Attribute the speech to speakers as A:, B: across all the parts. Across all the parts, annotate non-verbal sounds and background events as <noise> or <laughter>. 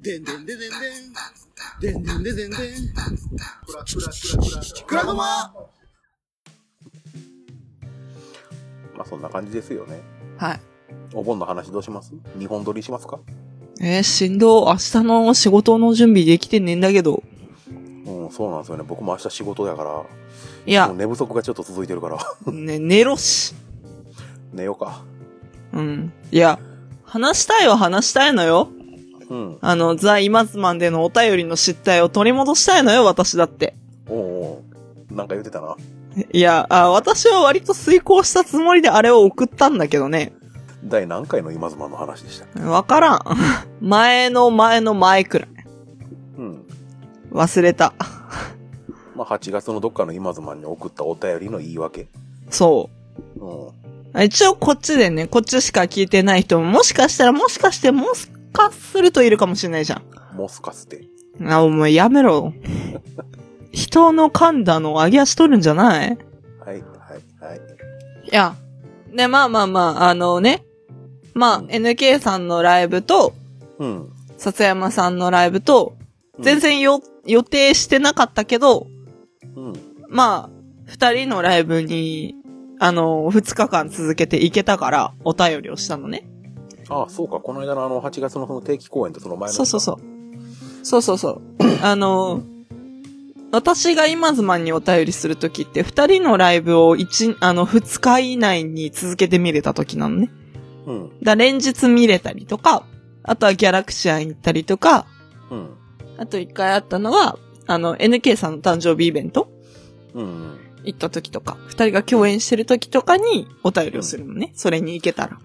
A: でんでんでんでんでん。でんでんでんでんでん。
B: クラクラクラクラ
A: くらごま
C: まあそんな感じですよね。
D: はい。
C: お盆の話どうします日本撮りしますか
D: えー、しんど。明日の仕事の準備できてねえんだけど。
C: うん、そうなんですよね。僕も明日仕事やから、
D: い
C: も
D: や
C: う、寝不足がちょっと続いてるから、 <laughs>
D: ね、寝ろし。
C: 寝ようか。
D: うん。いや、話したいは話したいのよ。
C: うん。
D: あの、ザ・イマズマンでのお便りの失態を取り戻したいのよ、私だって。
C: おうおうなんか言ってたな。
D: いや、あ私は割と遂行したつもりであれを送ったんだけどね。
C: 第何回の今妻の話でした
D: わからん。 <laughs> 前の前の前くらい。
C: うん。
D: 忘れた。
C: まあ8月のどっかの今妻に送ったお便りの言い訳。
D: そう。
C: うん。
D: 一応こっちでね、こっちしか聞いてない人も、もしかしたら、もしかして、もしかするといるかもしれないじゃ
C: モスカスて。
D: ん。あ、お前やめろ。人の噛んだのを上げ足取るんじゃない
C: はい、はい、はい。
D: いや。で、まあまあまあ、あのね。まあ、
C: うん
D: NK さんのライブと、
C: うん。
D: 笹山さんのライブと、
C: うん
D: 全然よ、予定してなかったけど、
C: うん。
D: まあ、二人のライブに、あの、二日間続けていけたから、お便りをしたのね。
C: ああ、そうか。この間のあの8月のその定期公演とその前の。
D: そうそうそう。そうそうそう。 <clears throat> あの、私が今妻にお便りするときって、二人のライブを一、あの、二日以内に続けて見れたときなのね。
C: う。うん。
D: だ、連日見れたりとか、あとはギャラクシアに行ったりとか、
C: うん。
D: あと一回あったのは、あの、NK さんの誕生日イベント
C: うん。
D: 行ったときとか、二人が共演してるときとかにお便りをするのね。それに行けたら。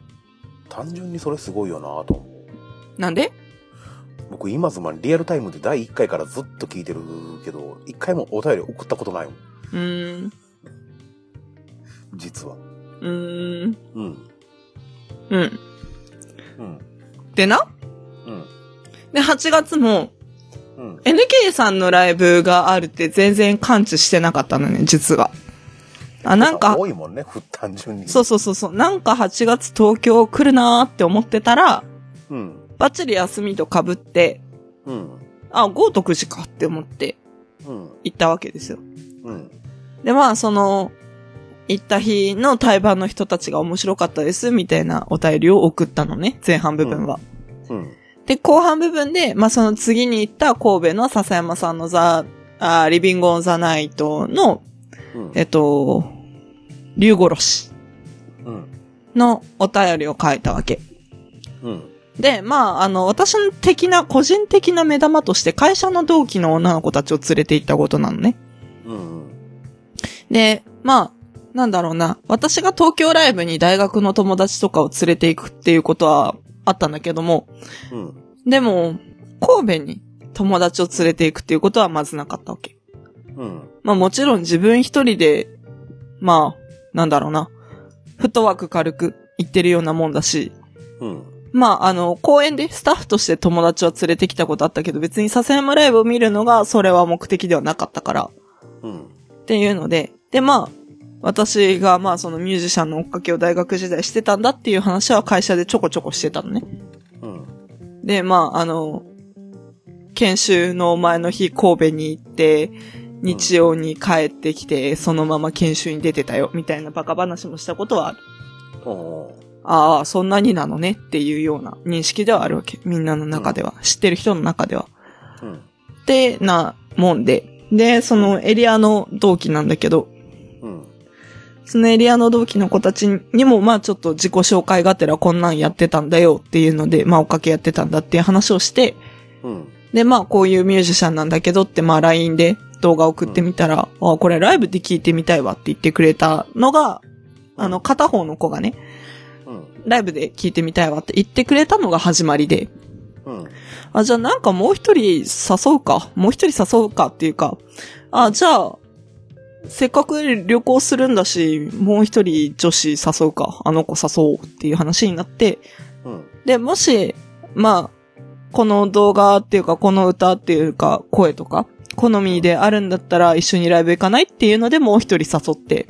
C: 単純にそれすごいよなぁと思う。
D: なんで
C: 僕今妻にリアルタイムで第1回からずっと聞いてるけど、1回もお便り送ったことないもん。
D: うーん、
C: 実は。
D: うーん、
C: うん。
D: うん。
C: うん。
D: でな
C: うん。
D: で、8月も、
C: うん。
D: NK さんのライブがあるって全然感知してなかったのね、実は。あ、なんか、
C: 多いもんね、ふ単純に。
D: そうそうそうそう、なんか8月東京来るなーって思ってたら、
C: う。うん。
D: バッチリ休みと被って、
C: うん。
D: あ、豪徳寺かって思って
C: うん。
D: 行ったわけですよ。
C: うん。
D: で、まあ、その、行った日の対バンの人たちが面白かったです、みたいなお便りを送ったのね、前半部分は。
C: うん。
D: で、後半部分で、まあ、その次に行った神戸の笹山さんのザ、あーリビングオンザナイトの
C: うん。
D: えっと、竜殺し
C: うん。
D: のお便りを書いたわけ。
C: うん。
D: で、まあ、あの、私の的な、個人的な目玉として会社の同期の女の子たちを連れて行ったことなのね。
C: うん。
D: で、まあ、なんだろうな。私が東京ライブに大学の友達とかを連れて行くっていうことはあったんだけども、
C: うん。
D: でも、神戸に友達を連れて行くっていうことはまずなかったわけ。
C: うん。
D: まあもちろん自分一人で、まあ、なんだろうな。フットワーク軽く行ってるようなもんだし、
C: うん。
D: まあ、あの、公園でスタッフとして友達は連れてきたことあったけど、別に笹山ライブを見るのが、それは目的ではなかったから、
C: うん。
D: っていうので、で、まあ、私が、まあ、そのミュージシャンの追っかけを大学時代してたんだっていう話は会社でちょこちょこしてたのね。
C: うん。
D: で、まあ、あの、研修の前の日、神戸に行って、日曜に帰ってきて、そのまま研修に出てたよ、みたいなバカ話もしたことはある。
C: おう
D: ああ、そんなになのねっていうような認識ではあるわけ。みんなの中では。知ってる人の中では。
C: うん。
D: ってなもんで。で、そのエリアの同期なんだけど、
C: うん。
D: そのエリアの同期の子たちにも、まあちょっと自己紹介がてらこんなんやってたんだよっていうので、まあ追っかけやってたんだっていう話をして、
C: うん。
D: で、まあこういうミュージシャンなんだけどって、まあ LINE で動画送ってみたら、ああ、これライブで聞いてみたいわって言ってくれたのが、あの片方の子がね、
C: うん。
D: ライブで聞いてみたいわって言ってくれたのが始まりで、
C: うん。
D: あ、じゃあなんかもう一人誘うか。もう一人誘うかっていうか。あ、じゃあ、せっかく旅行するんだし、もう一人女子誘うか。あの子誘おうっていう話になって。
C: うん。
D: で、もし、まあ、この動画っていうか、この歌っていうか、声とか、好みであるんだったら一緒にライブ行かないっていうのでもう一人誘って。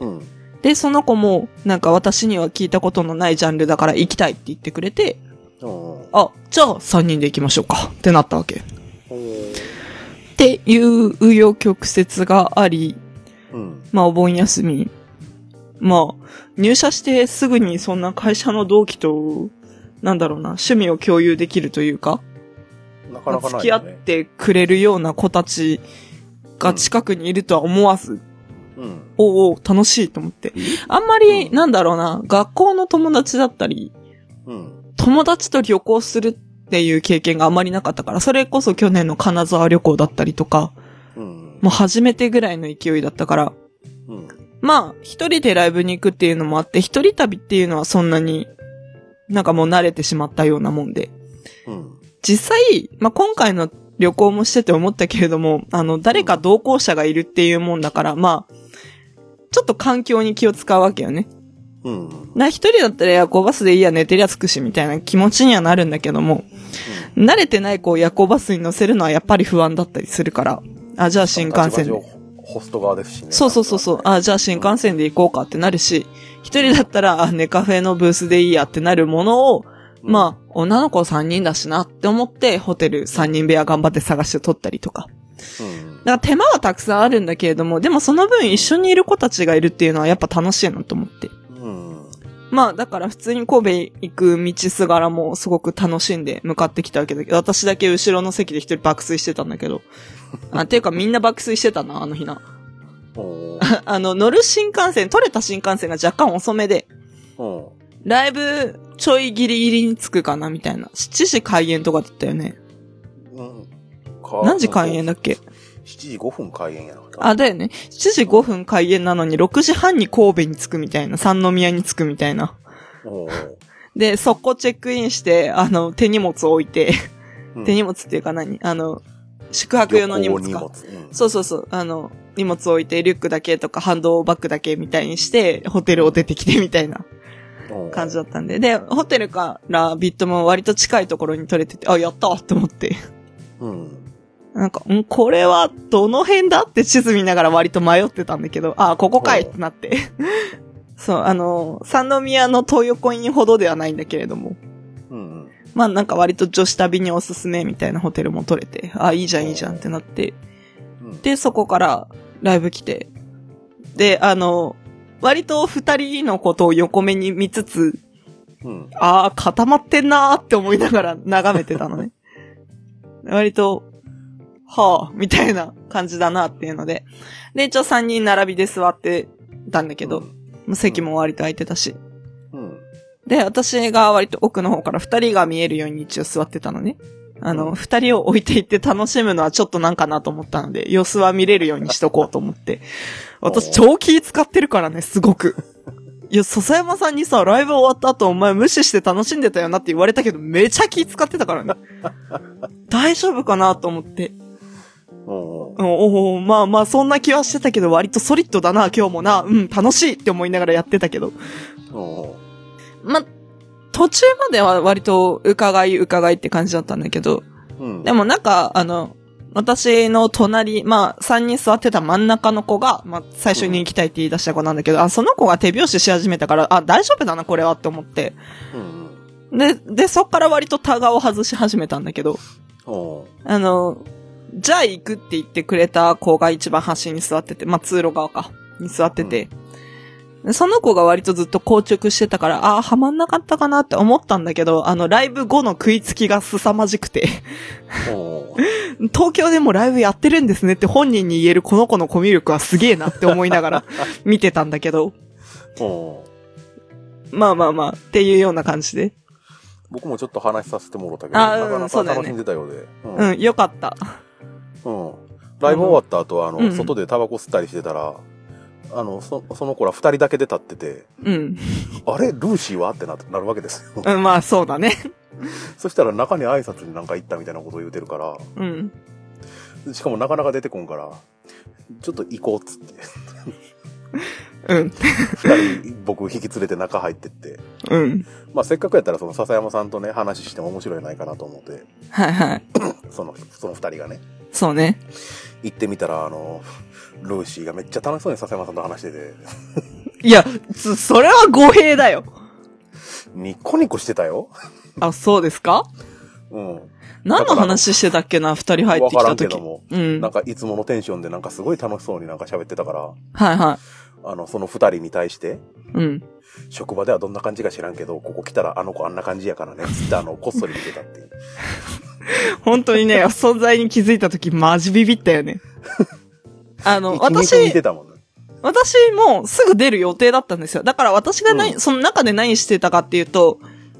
C: うん。
D: で、その子も、なんか私には聞いたことのないジャンルだから行きたいって言ってくれて、
C: うん。
D: あ、じゃあ3人で行きましょうか。ってなったわけ。っ
C: おー
D: ていう、紆余曲折があり、
C: うん。
D: まあ、お盆休み。まあ、入社してすぐにそんな会社の同期と、なんだろうな、趣味を共有できるというか、
C: なかなか
D: 付
C: ない
D: き合
C: よ
D: っ
C: ね。
D: てくれるような子たちが近くにいるとは思わず、
C: うん。
D: おうおう、楽しいと思って。あんまり、なんだろうな、学校の友達だったり、
C: うん。
D: 友達と旅行するっていう経験があまりなかったから、それこそ去年の金沢旅行だったりとか、
C: うん。
D: もう初めてぐらいの勢いだったから、
C: うん。
D: まあ、一人でライブに行くっていうのもあって、一人旅っていうのはそんなに、なんかもう慣れてしまったようなもんで。
C: うん。
D: 実際、まあ今回の旅行もしてて思ったけれども、あの、誰か同行者がいるっていうもんだから、まあ、ちょっと環境に気を使うわけよね。
C: うん。
D: な、一人だったら夜行バスでいいや、寝てりゃつくし、みたいな気持ちにはなるんだけども、慣れてない子を夜行バスに乗せるのはやっぱり不安だったりするから、あ、じゃあ新幹線
C: 立
D: で
C: 場。上ホスト側ですしね。
D: そうそうそうそう。
C: あ、
D: あ、じゃあ新幹線で行こうかってなるし、一人だったら、あ、ネカフェのブースでいいやってなるものを、まあ、女の子3人だしなって思って、ホテル3人部屋頑張って探して取ったりとか。
C: うん。
D: だから手間はたくさんあるんだけれども、でもその分一緒にいる子たちがいるっていうのはやっぱ楽しいなと思って。
C: うん。
D: まあ、だから普通に神戸行く道すがらもすごく楽しんで向かってきたわけだけど、私だけ後ろの席で一人爆睡してたんだけ
C: <laughs>
D: ど。あ、ていうかみんな爆睡してたな、あの日な。
C: おー
D: あの、乗る新幹線、取れた新幹線が若干遅めで、
C: うん。
D: ライブちょいギリギリに着くかな、みたいな。7時開演とかだったよね。
C: うん。
D: 何時開演だ
C: っ
D: っけ
C: ?7 時5分開演やな。
D: あ、だよね。7時5分開演なのに、6時半に神戸に着くみたいな。三宮に着くみたいな。
C: おー
D: で、速攻チェックインして、あの、手荷物置いて、
C: うん
D: 手荷物っていうか何あの、宿泊用の荷物
C: 旅
D: か。
C: 行荷物うん
D: そうそうそう。あの、荷物置いて、リュックだけとか、ハンドバッグだけみたいにして、ホテルを出てきてみたいな。
C: うん
D: 感じだったんで。で、ホテルからビットも割と近いところに取れてて、あ、やったって思って。 <laughs>
C: うん。
D: なんか、んこれはどの辺だって地図見ながら割と迷ってたんだけど、あ、ここかいってなって。 <laughs> そう、あの、三宮の東横インほどではないんだけれども。
C: うん。
D: まあなんか割と女子旅におすすめみたいなホテルも取れて、あ、いいじゃんいいじゃんってなって。
C: うん。
D: で、そこからライブ来て。で、あの、割と二人のことを横目に見つつ、
C: うん。
D: ああ、固まってんなーって思いながら眺めてたのね。 <laughs> 割と、はあ、みたいな感じだなっていうので。で、一応3人並びで座ってたんだけど、もう席も割と空いてたし。
C: うん。
D: で、私が割と奥の方から2人が見えるように一応座ってたのね。あ
C: う
D: の、
C: ん
D: 2人を置いていって楽しむのはちょっとなんかなと思ったので、様子は見れるようにしとこうと思って。私、超気使ってるからね、すごく。いや、笹山さんにさ、ライブ終わった後、お前無視して楽しんでたよなって言われたけど、めちゃ気使ってたからね。大丈夫かなと思って。
C: うん。
D: うんおおまあまあ、そんな気はしてたけど、割とソリッドだな、今日もな。うん、楽しいって思いながらやってたけど。
C: うん。
D: ま、途中までは割と伺い伺いって感じだったんだけど、
C: うん。
D: で
C: も、
D: もなんか、あの、私の隣、まあ、3人座ってた真ん中の子が、まあ、最初に行きたいって言い出した子なんだけど、あ、その子が手拍子し始めたから、あ、大丈夫だな、これはって思って。
C: うん。
D: で、で、そっから割とタガを外し始めたんだけど、
C: うん。
D: あの、じゃあ行くって言ってくれた子が一番端に座ってて、まあ通路側か、に座ってて、でその子が割とずっと硬直してたから、ああ、はまんなかったかなって思ったんだけど、あの、ライブ後の食いつきが凄まじくて、 <laughs>
C: う
D: 東京でもライブやってるんですねって本人に言えるこの子のコミュ力はすげえなって思いな
C: <laughs>
D: がら見てたんだけど、
C: ん。うん。
D: まあまあまあ、っていうような感じで。
C: 僕もちょっと話させてもろたけど、
D: あー
C: なか
D: うん
C: な
D: そ
C: か
D: うだよ
C: 楽し
D: ね
C: んでたようで。うん
D: うん、よかった。
C: うん。ライブ終わった後、あの、
D: うん
C: 外でタバコ吸ったりしてたら、あの、そその子ら二人だけで立ってて、
D: うん。
C: あれルーシーはってななるわけですよ。 <laughs>
D: うん、まあそうだね。
C: そしたら中に挨拶になんか行ったみたいなことを言うてるから、
D: うん。
C: しかもなかなか出てこんから、ちょっと行こうっつって、
D: うん。
C: 二人僕引き連れて中入ってって、
D: うん。
C: まあせっかくやったらその笹山さんとね、話しても面白いないかなと思って、
D: はいはい。
C: その、その二人がね、
D: そうね。
C: 行ってみたら、あの、ルーシーがめっちゃ楽しそうに笹山さんと話してて、
D: いや、そ、それは語弊だよ。
C: ニッコニコしてたよ。
D: あ、そうですか
C: うん。
D: 何の話してたっけな、二人入ってきた時
C: わからんけども
D: うん。
C: な
D: は
C: んかいつものテンションでなんかすごい楽しそうになんか喋ってたから、
D: いは
C: あの、その二人に対して、
D: い。うん。
C: 職場ではどんな感じか知らんけど、ここ来たらあの子あんな感じやからね、つってあの、こっそり見てたっていう。
D: 本当
C: <laughs>
D: にね、存在に気づいた時マジビビったよね。 <laughs> あの、
C: 一日見
D: 私
C: て、たもんね。
D: 私もすぐ出る予定だったんですよ。だから私が何、
C: う
D: その中で何してたかっていうと、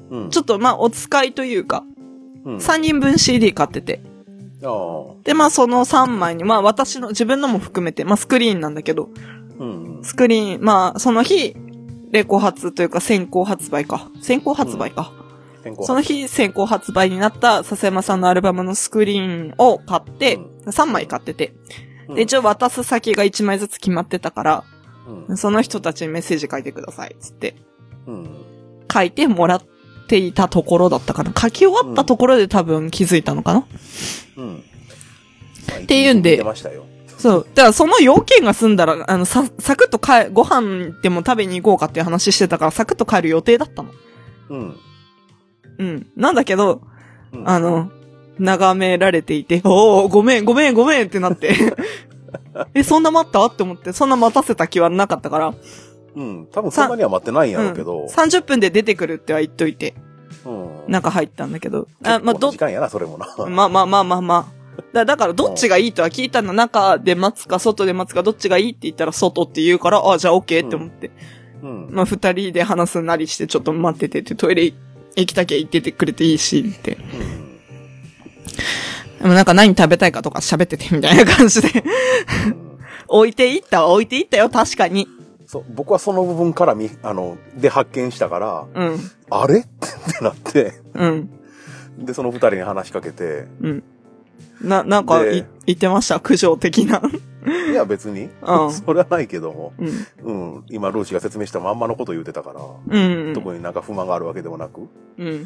C: うん。
D: ちょっとまあお使いというか、
C: うん、あ
D: 3人分 CD 買ってて。
C: あ。
D: でまあその3枚に、まあ私の、自分のも含めて、まあスクリーンなんだけど、
C: うん。
D: スクリーン、まあその日、レコ発というか先行発売か。先行発売か。
C: 健康
D: その日先行発売になった笹山さんのアルバムのスクリーンを買って、
C: う
D: 3枚買ってて。
C: うん
D: で、一応渡す先が1枚ずつ決まってたから、
C: うん。
D: その人たちにメッセージ書いてください、つって。
C: うん。
D: 書いてもらっていたところだったかな。書き終わったところで多分気づいたのかな、
C: うん。って
D: いうんで
C: 見てましたよ。
D: そう。だからその要件が済んだら、あの、さ、サクッと帰、ご飯でも食べに行こうかっていう話してたから、サクッと帰る予定だったの。
C: うん。
D: うん。なんだけど、
C: うん
D: あの、眺められていて、おおごめん、ごめん、ごめんってなって。 <laughs> え、そんな待ったって思って、そんな待たせた気はなかったから、
C: うん。多分そんなには待ってないんや
D: う
C: ろ
D: ん。
C: うけど。
D: 30分で出てくるっては言っといて、
C: うん。
D: 中入ったんだけど。
C: あ、
D: あ、ま
C: ま
D: あ、
C: あ、
D: ど
C: 時、間やな、それもな。
D: まあまあまあまあまあ。だだから、どっちがいいとは聞いたの。中で待つか、外で待つか、どっちがいいって言ったら、外って言うから、あ、じゃあ OK って思って。
C: うん。
D: まあ、二人で話すなりして、ちょっと待っててって、トイレ行きたきゃ行っててくれていいし、って。
C: うん
D: でもなんか何食べたいかとか喋ってて、みたいな感じで。
C: うん
D: 置いていったわ、置いていったよ、確かに。
C: そう、僕はその部分から見、あの、で発見したから、
D: うん。
C: あれ <laughs> ってなって、
D: うん。
C: で、その二人に話しかけて、
D: うん。な、なんかい
C: で
D: 言ってました苦情的な。
C: いや別に、
D: う
C: <laughs>
D: ん
C: それはないけども、
D: うん。
C: うん、今、ルーシーが説明したまんまのこと言うてたから、
D: うん。
C: 特になんか不満があるわけでもなく、
D: うん。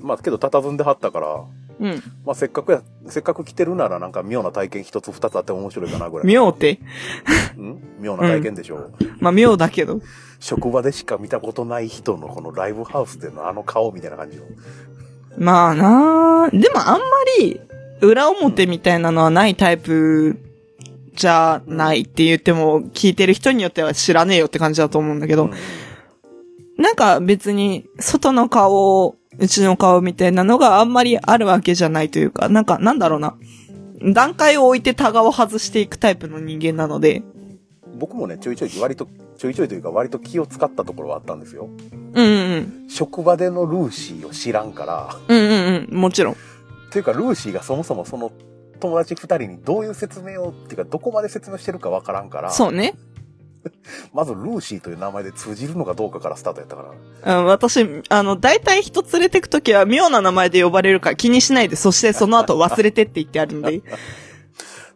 C: まあ、けど、佇んではったから、
D: うん。
C: まあ、せっかくや、せっかく来てるなら、なんか妙な体験一つ二つあっても面白いかな、ぐらい。
D: 妙って。
C: うん妙な体験でしょう、
D: まあ、妙だけど。
C: 職場でしか見たことない人のこのライブハウスでのあの顔みたいな感じの。
D: まあなあでもあんまり、裏表みたいなのはないタイプじゃないって言っても、聞いてる人によっては知らねえよって感じだと思うんだけど、なんか別に、外の顔、うちの顔みたいなのがあんまりあるわけじゃないというか、なんか、なんだろうな。段階を置いてタガを外していくタイプの人間なので、
C: 僕もね、ちょいちょい割と、ちょいちょいというか割と気を使ったところはあったんですよ。
D: うんうん
C: 職場でのルーシーを知らんから、
D: うん。うんうんうん。もちろん。
C: というかルーシーがそもそもその友達二人にどういう説明を、っていうかどこまで説明してるかわからんから、
D: そうね。
C: まずルーシーという名前で通じるのかどうかからスタートやったから。
D: うん私、あの、大体人連れてくときは妙な名前で呼ばれるから気にしないで、そしてその後忘れてって言ってあるので。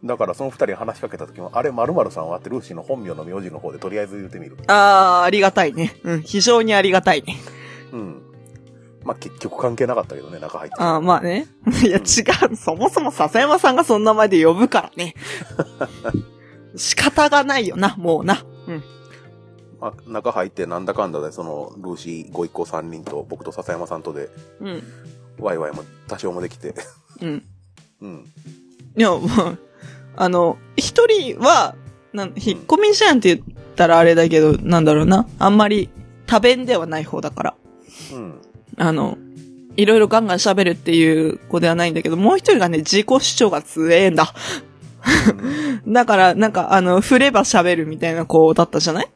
C: だからその二人に話しかけた時も、あれ〇〇さんはってルーシーの本名の名字の方でとりあえず言うてみる。
D: あー、ありがたいね。うん、非常にありがたいね。
C: うん。まあ、結局関係なかったけどね、中入って。
D: あー、まあね。 <laughs> いや、違う。そもそも笹山さんがその名前で呼ぶからね。仕方がないよな、もうな。うん。
C: まあ、中入ってなんだかんだで、その、ルーシーご一行三人と、僕と笹山さんとで、
D: うん。
C: ワイワイも多少もできて。
D: うん。
C: うん。
D: いや、もう、あの、一人は、なん、引っ込みじゃんって言ったらあれだけど、なんだろうな。あんまり多弁ではない方だから。
C: うん。
D: あの、いろいろガンガン喋るっていう子ではないんだけど、もう一人がね、自己主張が強えんだ。だから、なんか、あの、振れば喋るみたいな子だったじゃない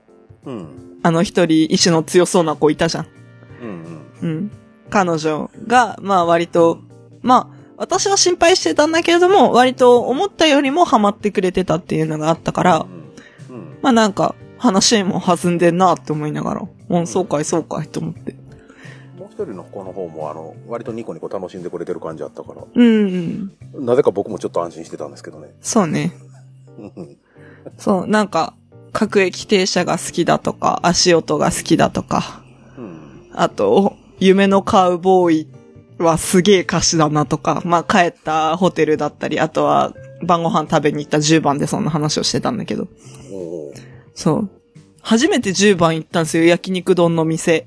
C: うん。
D: あの一人、意志の強そうな子いたじゃん。
C: うん。
D: うん。彼女が、まあ割と、まあ、私は心配してたんだけれども、割と思ったよりもハマってくれてたっていうのがあったから
C: う、ん。うん。
D: まあなんか、話も弾んでんなって思いながら、うん、そうかい、そうかいと思って。
C: もう一人の子の方も、あの、割とニコニコ楽しんでくれてる感じあったから、
D: うん、
C: なぜか僕もちょっと安心してたんですけどね。
D: そうね。
C: うん。
D: そう、なんか、各駅停車が好きだとか、足音が好きだとか、
C: うん。
D: あと、夢のカウボーイはすげえ歌詞だなとか、まあ帰ったホテルだったり、あとは晩ご飯食べに行った10番でそんな話をしてたんだけど。
C: おお。
D: そう。初めて10番行ったんですよ、焼肉丼の店。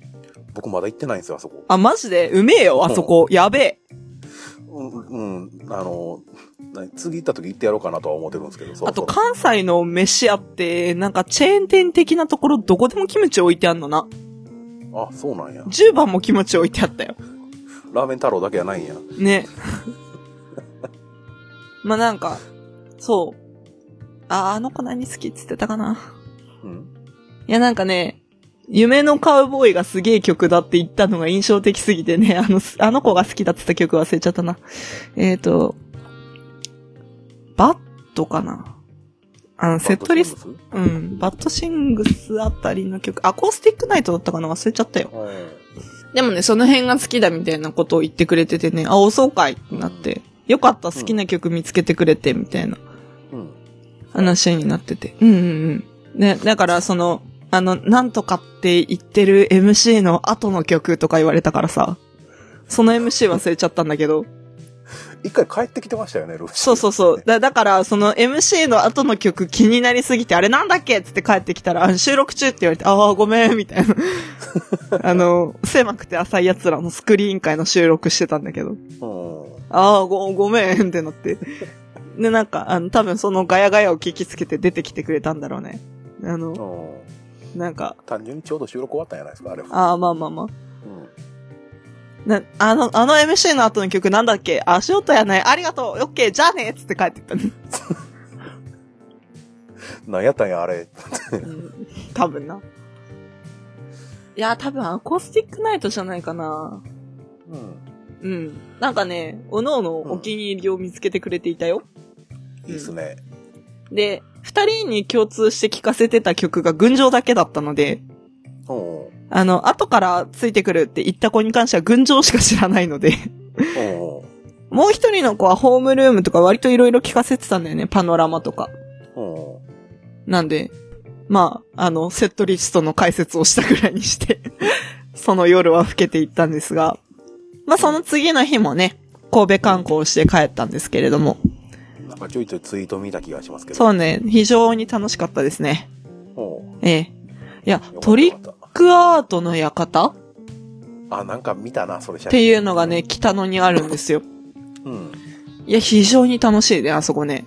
C: 僕まだ行ってないんですよ、あそこ。
D: あ、マジでうめえよ、あそこ。やべえ。
C: うん、うん、あの、な次行った時行ってやろうかなとは思ってるんですけど、そ
D: あ
C: ろそろ
D: と関西の飯屋って、なんかチェーン店的なところどこでもキムチ置いてあんのな。
C: あ、そうなんや。
D: 10番もキムチ置いてあったよ。
C: ラーメン太郎だけやないんや。
D: ね。 <laughs> まあなんか、そう。あ、あの子何好きって言ってたかな。
C: うん。
D: いやなんかね、夢のカウボーイがすげえ曲だって言ったのが印象的すぎてね、あの、あの子が好きだって言った曲忘れちゃったな。えっ、ー、と、バットかなあの、セットリスト、
C: ト。
D: うん、バットシングスあたりの曲、アコースティックナイトだったかな忘れちゃったよ。
C: はい。
D: でもね、その辺が好きだみたいなことを言ってくれててね、あ、おそうかいってなって、よかった、好きな曲見つけてくれて、みたいな
C: うん。
D: 話になってて。うんうんうん。ね、だからその、あの、なんとかって言ってる MC の後の曲とか言われたからさ、その MC 忘れちゃったんだけど、
C: 一回帰ってきてましたよね、ルーシー。
D: そうそうそう。だだから、その MC の後の曲気になりすぎて、あれなんだっけっつって帰ってきたら、あ収録中って言われて、ああ、ごめん、みたいな。あの、狭くて浅い奴らのスクリーン会の収録してたんだけど、
C: うん。
D: ああ、ご、ごめん、ってなって。 <laughs> で、なんか、あの、多分そのガヤガヤを聞きつけて出てきてくれたんだろうね。あの、
C: うん。
D: なんか、
C: 単純にちょうど収録終わったんじゃないですか、あれは。
D: ああ、まあまあまあ。
C: うん。
D: な、あの、あの MC の後の曲なんだっけ足音やない。ありがとう。オッケー、じゃあねっつって帰ってったね。
C: なんやったんや、あれ。
D: <laughs> うん多分な。いや、多分アコースティックナイトじゃないかな。
C: うん。
D: うん。なんかね、おのおのお気に入りを見つけてくれていたよ。
C: いいっすね。
D: で、二人に共通して聴かせてた曲が群青だけだったので、
C: うん。うん。
D: あの、後からついてくるって言った子に関しては群青しか知らないので、 <laughs> もう一人の子はホームルームとか割といろいろ聴かせてたんだよね、パノラマとか。
C: うん。
D: なんで、まあ、あの、セットリストの解説をしたぐらいにして、 <laughs> その夜は更けていったんですが、まあその次の日もね、神戸観光をして帰ったんですけれども、
C: なんかちょいちょいツイート見た気がしますけど。
D: そうね、非常に楽しかったですね。
C: うん。
D: ええ。いや
C: よかっ、た
D: トリッ
C: よかっ
D: クアートの館った
C: あ、なんか見たな、それ写真。
D: ていうのがね、北野にあるんですよ。
C: うん。
D: いや、非常に楽しいね、あそこね。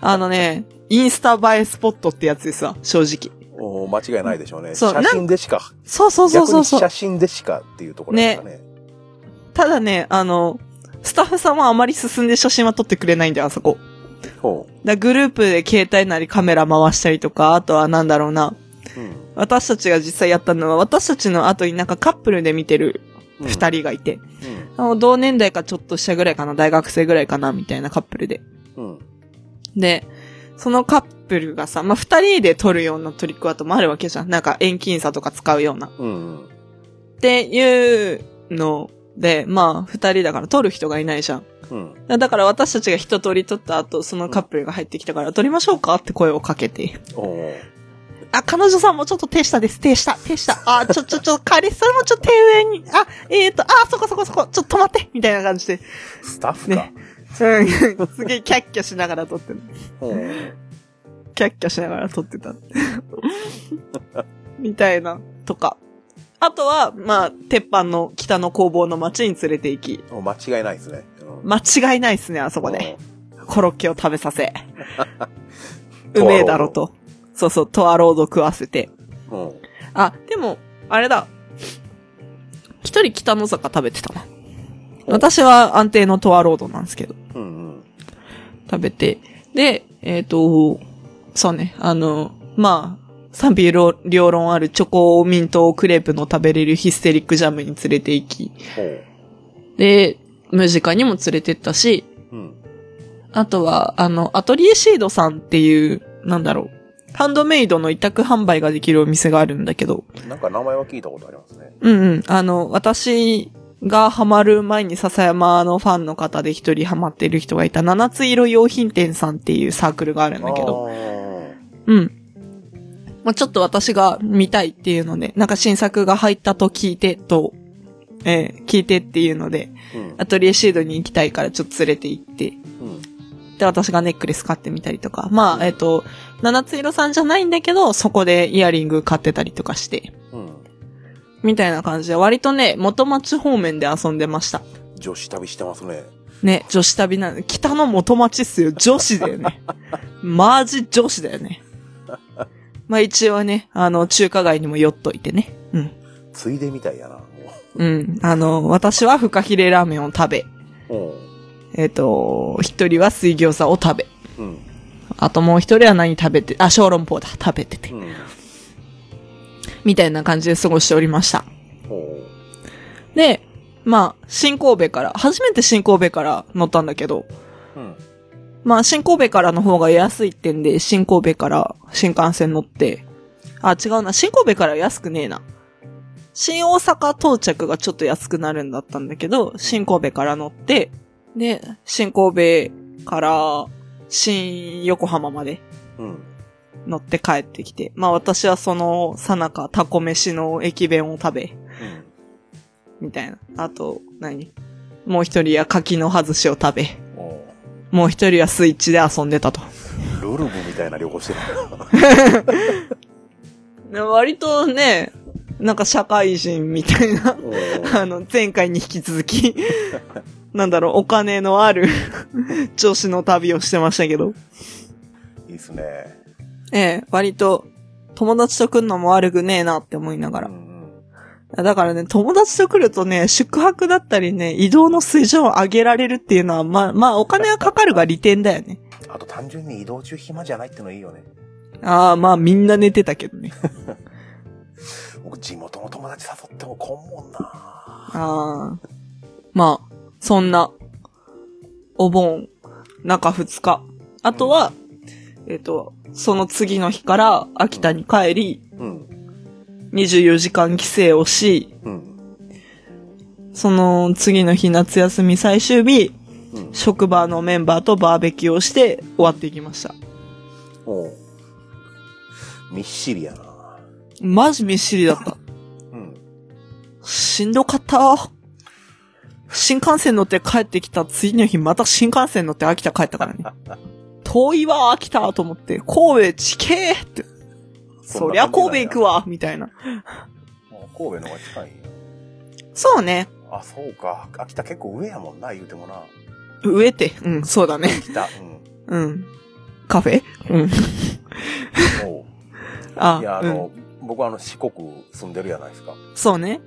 D: あのね、インスタ映えスポットってやつですわ、正直。
C: お間違いないでしょうね。
D: そ
C: 写
D: う
C: 真でしか、
D: そうそうそう
C: 逆
D: そう
C: に
D: そう。
C: 写真でしかっていうところですかね。
D: ただね、あの、スタッフさんはあまり進んで写真は撮ってくれないんだよ、あそこ。
C: ほ
D: だグループで携帯なりカメラ回したりとか、あとはなんだろうな。
C: う。うん。
D: 私たちが実際やったのは、私たちの後になんかカップルで見てる
C: うん
D: 二。人がいて、あの同年代かちょっとしたぐらいかな、大学生ぐらいかな、みたいなカップルで。
C: うん。うん。
D: で、そのカップルがさ、まあ、二人で撮るようなトリックアートもあるわけじゃん。なんか遠近差とか使うような。
C: うん。
D: っていうので、まあ、二人だから撮る人がいないじゃん。
C: うん。
D: だから私たちが一通り撮った後、そのカップルが入ってきたから、撮りましょうかって声をかけて。
C: おー
D: あ、彼女さんもちょっと手下です。手下、手下。あ、ちょ、ちょ、ちょ、彼氏さんもちょっと手上に。あ、えーと、あ、そこそこそこ、ちょっと止まってみたいな感じで。
C: スタッフか
D: ね。。うんすげえキャッキャしながら撮ってる。
C: ほう
D: キャッキャしながら撮ってた。 <laughs> みたいな、とか。あとは、まあ、鉄板の北の工房の町に連れて行き、
C: お間違いないですね。うん
D: 間違いないっすね、あそこね。コロッケを食べさせ。
C: うん
D: うめえだろと。そうそう、とあろうど食わせて。
C: うん。
D: あ、でも、あれだ。一人北の坂食べてたな。
C: お
D: 私は安定のとあろうどなんですけど、
C: うん
D: 食べて。で、えっ、と、そうね、あの、まあ、賛否両論あるチョコミントクレープの食べれるヒステリックジャムに連れて行き、
C: ほう。
D: で、ムジカにも連れてったし、
C: うん。
D: あとは、あの、アトリエシードさんっていう、なんだろう、ハンドメイドの委託販売ができるお店があるんだけど、
C: なんか名前は聞いたことありますね。
D: うんうん。あの、私がハマる前に笹山のファンの方で一人ハマってる人がいた七つ色用品店さんっていうサークルがあるんだけど。
C: あー。
D: うん。まあ、ちょっと私が見たいっていうので、なんか新作が入ったと聞いてと、えー聞いてっていうので、
C: うん
D: アトリエシードに行きたいからちょっと連れて行って、
C: うん。
D: で、私がネックレス買ってみたりとか、まあ、えっ、と、七つ色さんじゃないんだけど、そこでイヤリング買ってたりとかして、
C: うん。
D: みたいな感じで、割とね、元町方面で遊んでました。
C: 女子旅してますね。
D: ね、女子旅なの。北の元町っすよ。女子だ
C: <laughs>
D: よね。マジ女子だよね。まあ一応ね、あの、中華街にも寄っといてね。うん。
C: ついでみたいやな、も
D: うん。あの、私はフカヒレラーメンを食べ、
C: う。
D: えっ、と、一人は水餃子を食べ、
C: うん。うん。
D: あともう一人は何食べて、あ、小籠包だ、食べてて
C: う。ん。
D: みたいな感じで過ごしておりました。
C: ほ
D: で、まあ、新神戸から、初めて新神戸から乗ったんだけど、
C: う。うん。
D: まあ、新神戸からの方が安いってんで、新神戸から新幹線乗って、あ、違うな、新神戸から安くねえな。新大阪到着がちょっと安くなるんだったんだけど、新神戸から乗って、で、新神戸から新横浜まで
C: うん。
D: 乗って帰ってきて、まあ私はそのさなかタコ飯の駅弁を食べ、みたいな。あと、何もう一人は柿の外しを食べ、
C: うん。おう
D: もう一人はスイッチで遊んでたと。
C: ルルブみたいな旅行してる。
D: で割とね、なんか社会人みたいな、
C: おう
D: あの、前回に引き続き、 <laughs> なんだろう、お金
C: <laughs>
D: のある女子の旅をしてましたけど。
C: いいっすね。
D: ええ、割と、友達と来るのも悪くねえなって思いなが
C: う
D: ら
C: ん。うん。
D: だからね、友達と来るとね、宿泊だったりね、移動の水準を上げられるっていうのは、まあ、まあ、お金はかかるが利点だよね。
C: あと単純に移動中暇じゃないってのいいよね。
D: ああ、まあ、みんな寝てたけどね。
C: 僕地元の友達誘ってもこんもんな。
D: ああ。まあ、そんな、お盆、中2日。あとは、えっ、と、その次の日から秋田に帰り、
C: うん。
D: 24時間帰省をし、
C: うん。
D: その次の日夏休み最終日、
C: うん。
D: 職場のメンバーとバーベキューをして終わっていきました。
C: おう。みっしりやな。
D: マジみっしりだった。
C: うん。
D: しんどかった。新幹線乗って帰ってきた次の日、また新幹線乗って秋田帰ったからね。遠いわ、秋田と思って、神戸地形って、そりゃ神戸行く
C: わ。
D: わ、みたいな。
C: あ神戸の方が近いんや
D: そうね。
C: あ、そうか。秋田結構上やもんな、言うてもな。
D: 植えて、うん、そうだね。
C: 北。うん。
D: うん。カフェうん。
C: おう。いや、
D: あ
C: あ、
D: うん。
C: の、僕はあの四国住んでるやないですか。
D: そうね。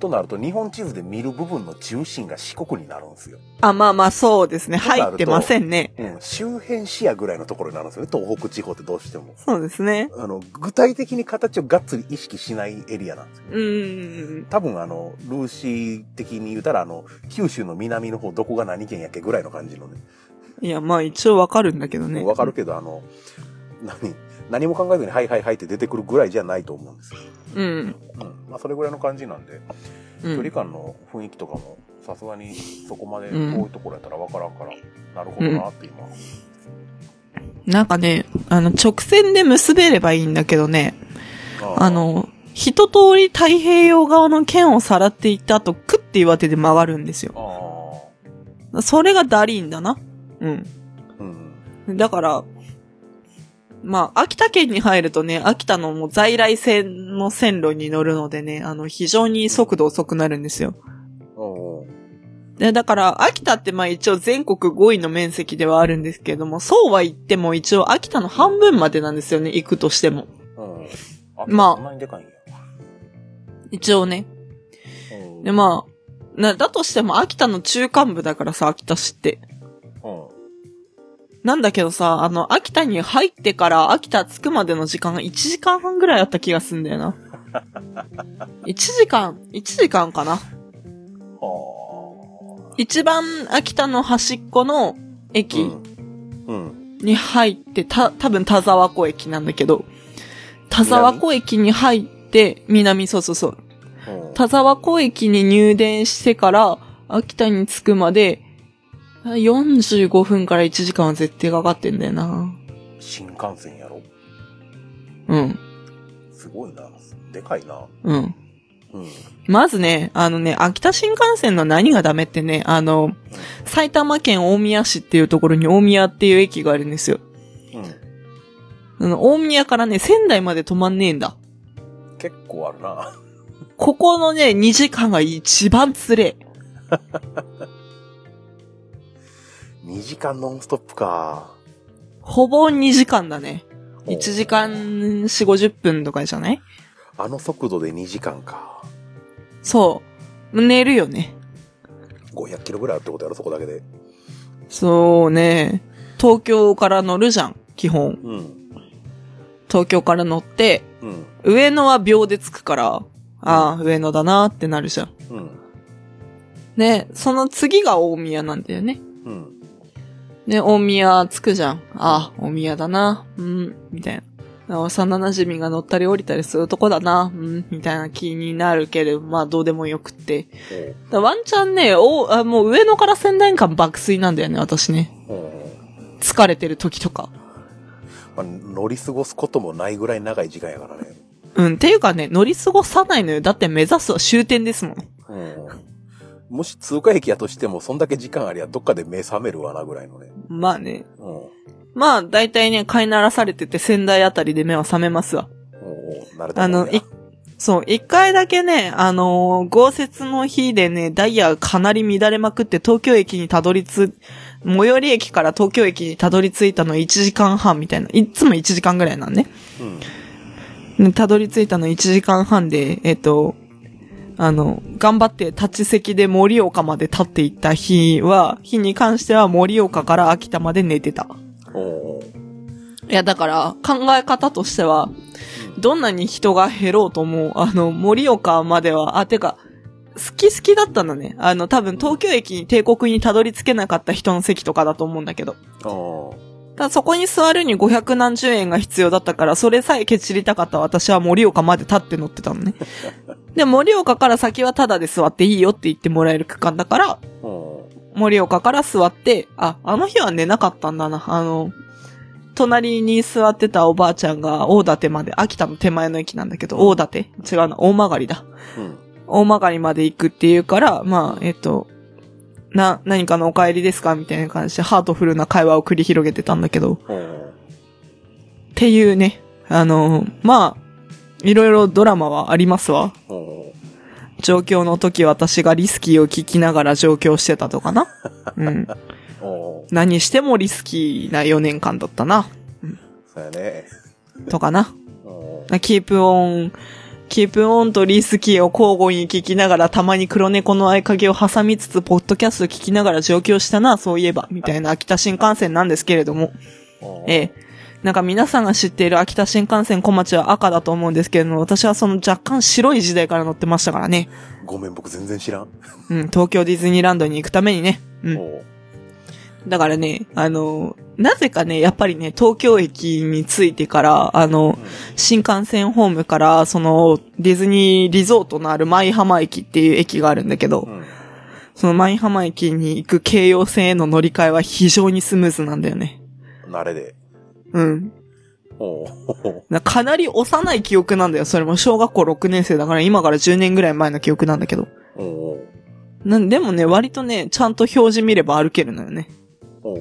C: となると、日本地図で見る部分の中心が四国になるんですよ。
D: あ、まあまあ、そうですね。
C: そうなる
D: 入
C: と
D: ってませんね。
C: うん。周辺視野ぐらいのところになるんですよね、東北地方ってどうしても。
D: そうですね。
C: あの、具体的に形をがっつり意識しないエリアなんですよ。
D: うーん。
C: 多分あの、ルーシー的に言うたら、あの、九州の南の方、どこが何県やっけぐらいの感じのね。
D: いや、まあ一応わかるんだけどね。
C: わかる。けど、あの、何、何も考えずに、はいはいはいって出てくるぐらいじゃないと思うんですよ。
D: うん。
C: うん。まあ、それぐらいの感じなんで、
D: う
C: 距離
D: ん。
C: 感の雰囲気とかも、さすがにそこまで遠いところやったらわからんから、なるほどなって今。
D: なんかね、あの、直線で結べればいいんだけどね。
C: あー
D: あ、の、一通り太平洋側の剣をさらっていった後、クッて岩手で曲がるんですよ。
C: ああ、
D: それがダリーンだな。うん。
C: うん。
D: だから、まあ、秋田県に入るとね、秋田のもう在来線の線路に乗るのでね、あの、非常に速度遅くなるんですよ。
C: おー
D: で、だから、秋田ってまあ一応全国5位の面積ではあるんですけれども、そうは言っても一応秋田の半分までなんですよね、行くとしても。
C: うん。あ、
D: まあ
C: そんなにでかいんや。
D: 一応ね。
C: うん
D: で、まあ、な、だとしても秋田の中間部だからさ、秋田市って。
C: うん。
D: なんだけどさ、あの、秋田に入ってから秋田着くまでの時間が1時間半ぐらいあった気がすんだよな。1時間、1時間かな。
C: は
D: 一番秋田の端っこの
C: あ。
D: 駅
C: うん。
D: に入って、た、多分田沢湖駅なんだけど、田沢湖駅に入って、南、そうそうそう。
C: うん。
D: 田沢湖駅に入電してから、秋田に着くまで、45分から1時間は絶対かかってんだよな。
C: 新幹線やろ
D: うん、
C: すごいな。でかいな。
D: うん。
C: うん。
D: まずね、あのね、秋田新幹線の何がダメってね、あの、埼玉県大宮市っていうところに大宮っていう駅があるんですよ。
C: うん。
D: あの、大宮からね、仙台まで止まんねえんだ。
C: 結構あるな。 <laughs>
D: ここのね、2時間が一番つれえ。
C: 2時間ノンストップか。
D: ほぼ2時間だね。
C: お
D: 1時間4、50分とかじゃない
C: あの速度で2時間か。
D: そう。寝るよね。
C: 500キロぐらいあるってことやろ、そこだけで。
D: そうね。東京から乗るじゃん、基本。
C: うん。
D: 東京から乗って、
C: うん。
D: 上野は秒で着くから、ああ、上野だなってなるじゃん。
C: うん。
D: ね、その次が大宮なんだよね。
C: うん。
D: ね、大宮着くじゃん。ああ、大宮だな。うん、みたいな。幼馴染が乗ったり降りたりするとこだな。うん、みたいな気になるけれど、まあどうでもよくって。だからワンチャンね、おあもう上野から仙台間爆睡なんだよね、私ね。
C: おお
D: 疲れてる時とか。
C: まあ、乗り過ごすこともないぐらい長い時間やからね。
D: うん、っていうかね、乗り過ごさないのよ。だって目指すは終点ですもん。
C: うん。もし通過駅やとしても、そんだけ時間ありゃ、どっかで目覚めるわな、ぐらいのね。
D: まあね。
C: うん。お
D: まあ、大体ね、飼いならされてて仙台あたりで目は覚めますわ。
C: お慣れた
D: あ
C: もんや
D: の、い、そう、一回だけね、あのー豪雪の日でね、ダイヤかなり乱れまくって東京駅にたどりつ、最寄り駅から東京駅にたどり着いたの1時間半みたいな、いっつも1時間ぐらいなんね。
C: うん。
D: ねたどり着いたの1時間半で、えっと、あの、頑張って立ち席で盛岡まで立っていった日は、日に関しては盛岡から秋田まで寝てた。
C: おお
D: いや、だから、考え方としては、どんなに人が減ろうとも、あの、盛岡までは、あ、てか、好き好きだったんだね。あの、多分東京駅に帝国にたどり着けなかった人の席とかだと思うんだけど。
C: お
D: ただそこに座るに500何十円が必要だったから、それさえケチりたかった私は盛岡まで立って乗ってたのね。で、盛岡から先はタダで座っていいよって言ってもらえる区間だから、
C: おお
D: 盛岡から座って、あ、あの日は寝なかったんだな。あの、隣に座ってたおばあちゃんが大館まで、秋田の手前の駅なんだけど、大館違うな、大曲だ。
C: うん。
D: 大曲まで行くっていうから、まあ、えっと、な、何かのお帰りですかみたいな感じで、ハートフルな会話を繰り広げてたんだけど、
C: おお
D: っていうね。あの、まあ、いろいろドラマはありますわ。
C: おお
D: 上京の時私がリスキーを聞きながら上京してたとかな。うん。
C: お
D: 何してもリスキーな4年間だったな。
C: そうやね。
D: とかな。
C: お
D: キープオン、キープオンとリスキーを交互に聞きながらたまに黒猫の合鍵を挟みつつ、ポッドキャスト聞きながら上京したな、そういえば、みたいな秋田新幹線なんですけれども。
C: お
D: ええ。なんか皆さんが知っている秋田新幹線小町は赤だと思うんですけれども、私はその若干白い時代から乗ってましたからね。
C: ごめん、僕全然知らん。
D: うん、東京ディズニーランドに行くためにね。う
C: お
D: ん。
C: お
D: だからね、あの、なぜかね、やっぱりね、東京駅に着いてから、あの、新幹線ホームから、その、ディズニーリゾートのある舞浜駅っていう駅があるんだけど、
C: うん。
D: その舞浜駅に行く京葉線への乗り換えは非常にスムーズなんだよね。
C: 慣れで。
D: うん。
C: おお
D: なかなり幼い記憶なんだよ。それも小学校6年生だから今から10年ぐらい前の記憶なんだけど。
C: おお
D: なんでもね、割とね、ちゃんと表示見れば歩けるのよね。
C: お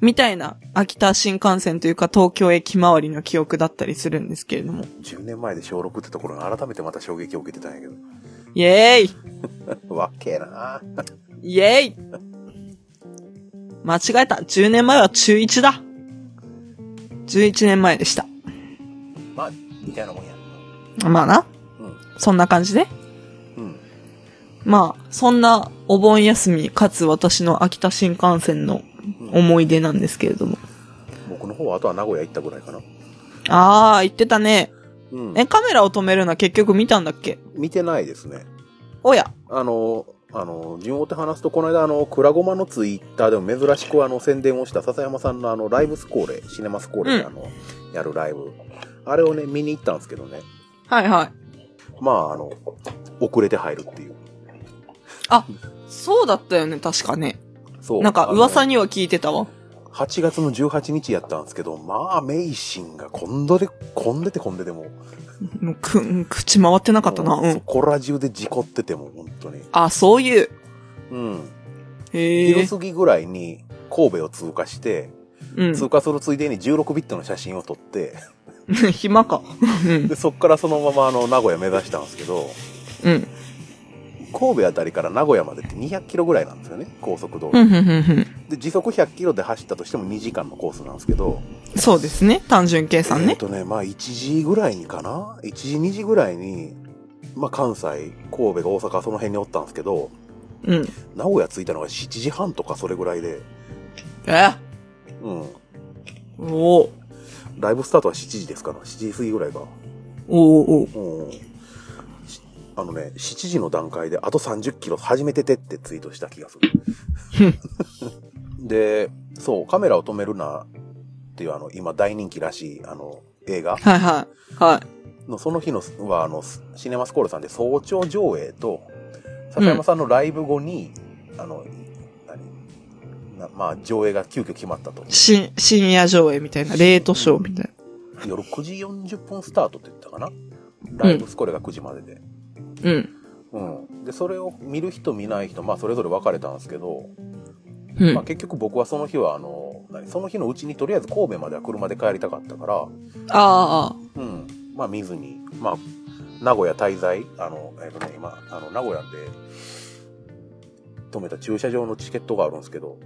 D: みたいな、秋田新幹線というか東京駅周りの記憶だったりするんですけれども。
C: 10年前で小6ってところが改めてまた衝撃を受けてたんやけ
D: イエーイ
C: ど。わっけえな
D: イエーイ間違えた。10年前は中1だ。11年前でした。
C: まあ、みたいなもんや。
D: まあな。
C: うん。
D: そんな感じで。
C: うん。
D: まあ、そんなお盆休み、かつ私の秋田新幹線の思い出なんですけれども。
C: 僕の方はあとは名古屋行ったぐらいかな。
D: ああ、言ってたね。
C: うん
D: え、カメラを止めるのは結局見たんだっけ
C: 見てないですね。
D: おや。
C: あの、あの、順を追って話すと、この間、あの、くらごまのツイッターでも珍しくあの、宣伝をした笹山さんのあの、ライブスコーレ、シネマスコーレであの、やるライブ。あれをね、見に行ったんですけどね。
D: はいはい。
C: まあ、あの、遅れて入るっていう。
D: そうだったよね、確かね。
C: そう。
D: なんか噂
C: に。
D: には聞いてたわ。
C: 8月の18日やったんですけど、まあ、メイシンが混んどで、混んでて混んでてもう。
D: もうく、うん口回ってなかったな。
C: もう
D: う
C: そ
D: ん。
C: こら中で事故ってても、本当に。
D: あ、そういう。
C: うん。
D: へ
C: 昼
D: え。
C: 過ぎぐらいに神戸を通過して、
D: うん。
C: 通過するついでに16ビットの写真を撮って、 <laughs>
D: <laughs> 暇か。うん。
C: で、そっからそのままあの、名古屋目指したんですけど、
D: うん。
C: 神戸あたりから名古屋までって200キロぐらいなんですよね、高速道
D: う
C: 路。
D: ん、うん、うん。
C: で、時速100キロで走ったとしても2時間のコースなんですけど、
D: そうですね。単純計算
C: えっ
D: ね。
C: とね、まあ1時ぐらいにかな ?1 時、2時ぐらいに、まあ関西、神戸が大阪その辺におったんですけど、
D: うん。
C: 名古屋着いたのが7時半とかそれぐらいで、
D: え
C: うん。
D: おお
C: ライブスタートは7時ですから、7時過ぎぐらいか。
D: おうおう
C: うん。しあのね、7時の段階であと30キロ始めててってツイートした気がする。で、そう、カメラを止めるなっていうあの、今大人気らしいあの、映画
D: はいはい。はい。
C: のその日のはあの、シネマスコールさんで早朝上映と、笹山さんのライブ後に、あの、何なまあ、上映が急遽決まったと。
D: し、深夜上映みたいな、レートショーみたい
C: 夜9時40分スタートって言ったかなライブスコールが9時までで。
D: な。うん。
C: うん、でそれを見る人見ない人、まあ、それぞれ分かれたんですけど、
D: うん
C: まあ、。結局僕はその日はあの何その日のうちにとりあえず神戸までは車で帰りたかったから、
D: ああ、
C: うんまあ、見ずに、まあ、名古屋滞在あの、えっとね、今あの名古屋で止めた駐車場のチケットがあるんですけど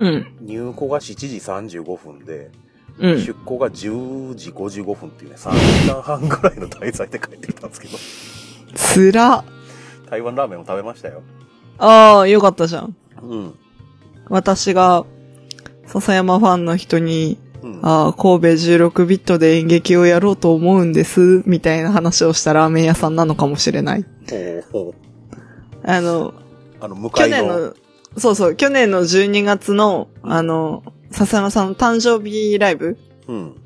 D: うん。
C: 入庫が7時35分で、
D: うん。
C: 出庫が10時55分っていうね3時間半ぐらいの滞在で帰ってきたんですけど <laughs>
D: つら。
C: 台湾ラーメンを食べましたよ。
D: ああ、よかったじゃん。
C: うん
D: 私が、笹山ファンの人に、
C: うん、
D: ああ、神戸16ビットで演劇をやろうと思うんです、みたいな話をしたラーメン屋さんなのかもしれない。
C: ほうほう
D: あの、
C: あの向か
D: 去
C: い
D: 年
C: の
D: の、そうそう、去年の12月の、あの、笹山さんの誕生日ライブ
C: うん。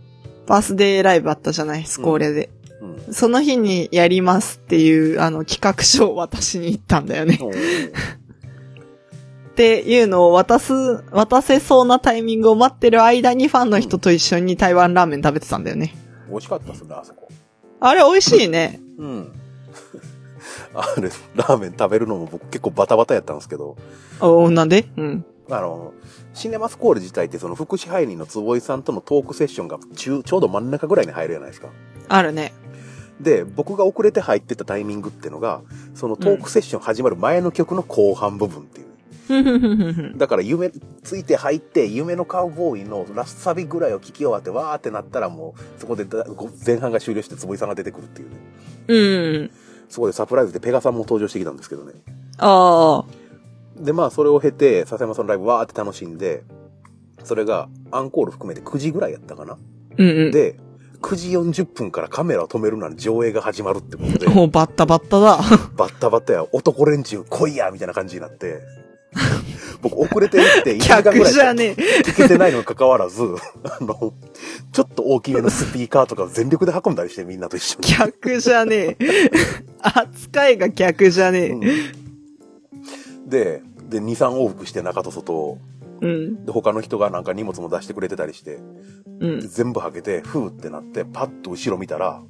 D: バースデーライブあったじゃない、スコーレで。
C: うん。
D: その日にやりますっていう、あの、企画書を渡しに行ったんだよね。っていうのを渡す、渡せそうなタイミングを待ってる間にファンの人と一緒に台湾ラーメン食べてたんだよね。
C: 美味しかったっ
D: <laughs>
C: すね、あそこ。
D: あれ美味しいね。
C: うん。 <laughs> あれ、ラーメン食べるのも僕結構バタバタやったんですけど、
D: おーなんでうん。
C: あの、シネマスコール自体ってその副支配人の坪井さんとのトークセッションが中、ちょうど真ん中ぐらいに入るじゃないですか。
D: あるね。
C: で、僕が遅れて入ってたタイミングってのが、そのトークセッション始まる前の曲の後半部分っていう。
D: ふんふんふんふんふん
C: だから夢、ついて入って、夢のカウボーイのラスサビぐらいを聞き終わって、わーってなったらもう、そこでだご前半が終了して坪井さんが出てくるっていうね。
D: うん。
C: そこでサプライズでペガさんも登場してきたんですけどね。
D: ああ。
C: で、まあ、それを経て、笹山さんのライブわーって楽しんで、それがアンコール含めて9時ぐらいやったかな。
D: うんうん。
C: で、9時40分からカメラを止めるなら上映が始まるってことで、
D: <laughs> もうバッタバッタ <laughs> だ。
C: バッタバッタや、男連中来いやみたいな感じになって、僕遅れてきて1時間ぐ
D: 客
C: らい
D: じ
C: し
D: ゃ
C: か
D: ねえ。
C: 聞けてないのにかかわらず、 <laughs> あの、ちょっと大きめのスピーカーとかを全力で運んだりしてみんなと一緒
D: <laughs>
C: に。
D: 客じゃね <laughs> え。扱いが客じゃね
C: うんで、で、2、3往復して中と外を、
D: え。うん。
C: で、他の人がなんか荷物も出してくれてたりして、
D: うん。
C: 全部はけて、ふーってなって、パッと後ろ見たら、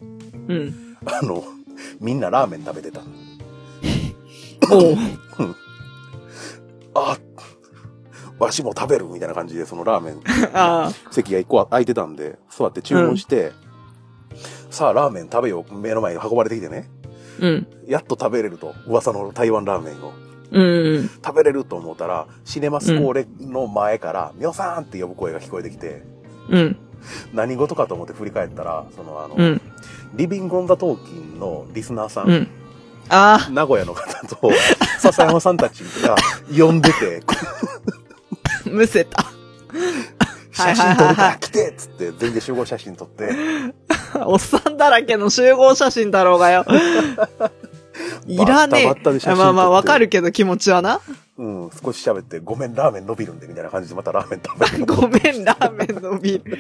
D: うん。
C: あの、みんなラーメン食べてた。
D: おう。
C: あわしも食べるみたいな感じで、そのラーメ
D: <laughs>
C: ン、
D: <laughs> あ
C: 席が一個空いてたんで、座って注文して、さあ、ラーメン食べよう。目の前に運ばれてきてね。
D: あ。うん。
C: やっと食べれると。噂の台湾ラーメンを。
D: うん。
C: 食べれると思ったら、シネマスコーレの前から、みょさんって呼ぶ声が聞こえてきて、
D: うん。
C: 何事かと思って振り返ったら、そのあの、
D: うん。
C: リビング・オン・ザ・トーキンのリスナーさ
D: うんん。あ
C: 名古屋の方と、 <laughs> 笹山さんたちが呼んでて、
D: あ、むせた。 <laughs> は
C: 写
D: いはい
C: 真
D: は
C: 撮
D: い
C: る
D: は
C: か
D: い
C: 来てっつって、全員で集合写真撮って、
D: おっさんだらけの集合写真だろうがよ。いらねえ。
C: バッタバッタで写真撮って
D: まあまあ、わかるけど気持ちはな。
C: うん、少し喋って、ごめん、ラーメン伸びるんで、みたいな感じでまたラーメン食べ <laughs> て。
D: <laughs> ごめん、ラーメンのビール。